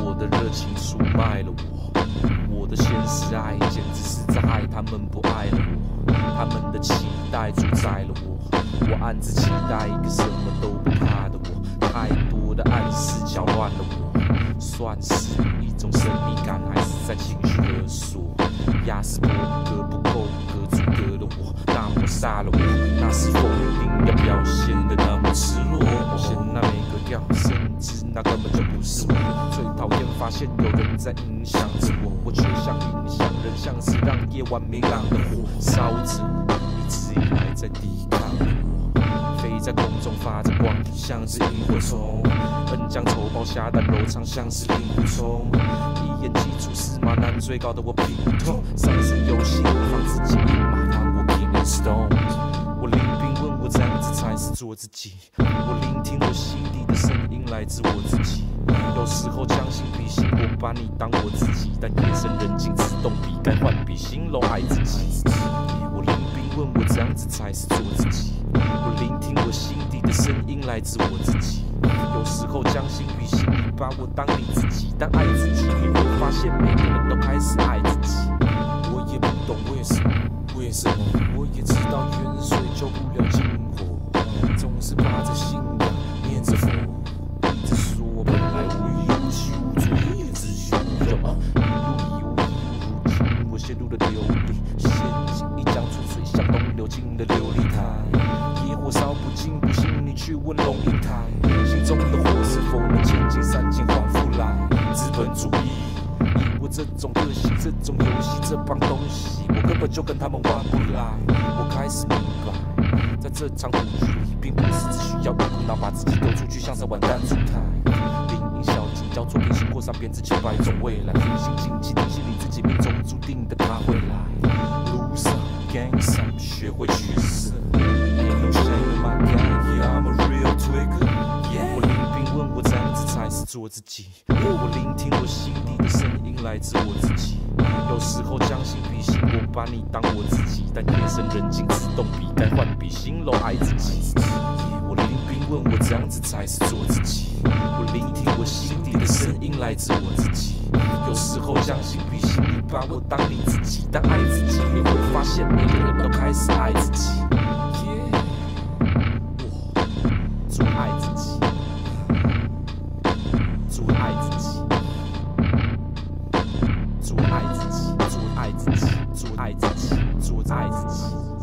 Speaker 6: 我的热情出卖了我，我的现实爱简直是在爱他们不爱了我，他们的期待主宰了我，我暗自期待一个什么都不怕的我，太多的暗示搅乱了我，算是一种神秘感，还是在情绪勒索？亚斯伯格不够格阻隔了我，那抹杀了我，那是否一定要表现的那么赤裸？表现那没格调，甚至那根本就不是我。最讨厌发现有人在影响着我，我却像影响人，像是让夜晚明朗的火烧着，一直以来在抵抗我。飞在空中发着光，像是萤火虫，恩将仇报，侠胆柔肠，像是令狐冲。一眼记住司马南最高的我劈头，三生有幸放自己一马，让我 keep it stone。我临兵问我怎样子才是做自己，我聆听我心底的声音来自我自己。有时候将心比心，我把你当我自己，但夜深人静，自动笔该换笔，形容爱自己。我临兵问我怎样子才是做自己，我聆听我心底的声音来自我自己。有时候将心比心，你把我当你自己，但爱自己，你会发现每个人都开始爱自己。我也不懂为什么，为什么我也也知道远水救不了近火，总是把着信仰念着佛。只说我本来无一无虚无主义，只求什么一路以无一无尽，我陷入了流离陷阱，一江春水向东流进了琉璃台，野火烧不尽，不信你去问龙应台，心中的火是否能前进，散尽黄复来，资本主义。以我这种个性、这种游戏、这帮东西，我根本就跟他们玩不来。我开始明白，在这场赌局里，并不是只需要一股脑把自己丢出去，像是玩弹珠台。灵隐小径交错，平行过上编织千百种未来，平行竞技，提醒你自己命中注定的他会来。路上 gang 上学会取舍。Ain't no shame in my game, yeah, I'm a real twigger. 我聆听，问我这样子才是做自己。我聆听我心底的声音，来自我自己。有时候将心比心，我把你当我自己，但夜深人静，自动笔袋换笔，形容爱自己。我聆听，问我这样子才是做自己。我聆听我心底的声音，来自我自己。有时候将心比心，你把我当你自己，但爱自己，你会发现每个人都开始爱自己。Yeah，我做爱自己。做爱自己，做爱自己，做爱自己，做爱自己，做爱自己。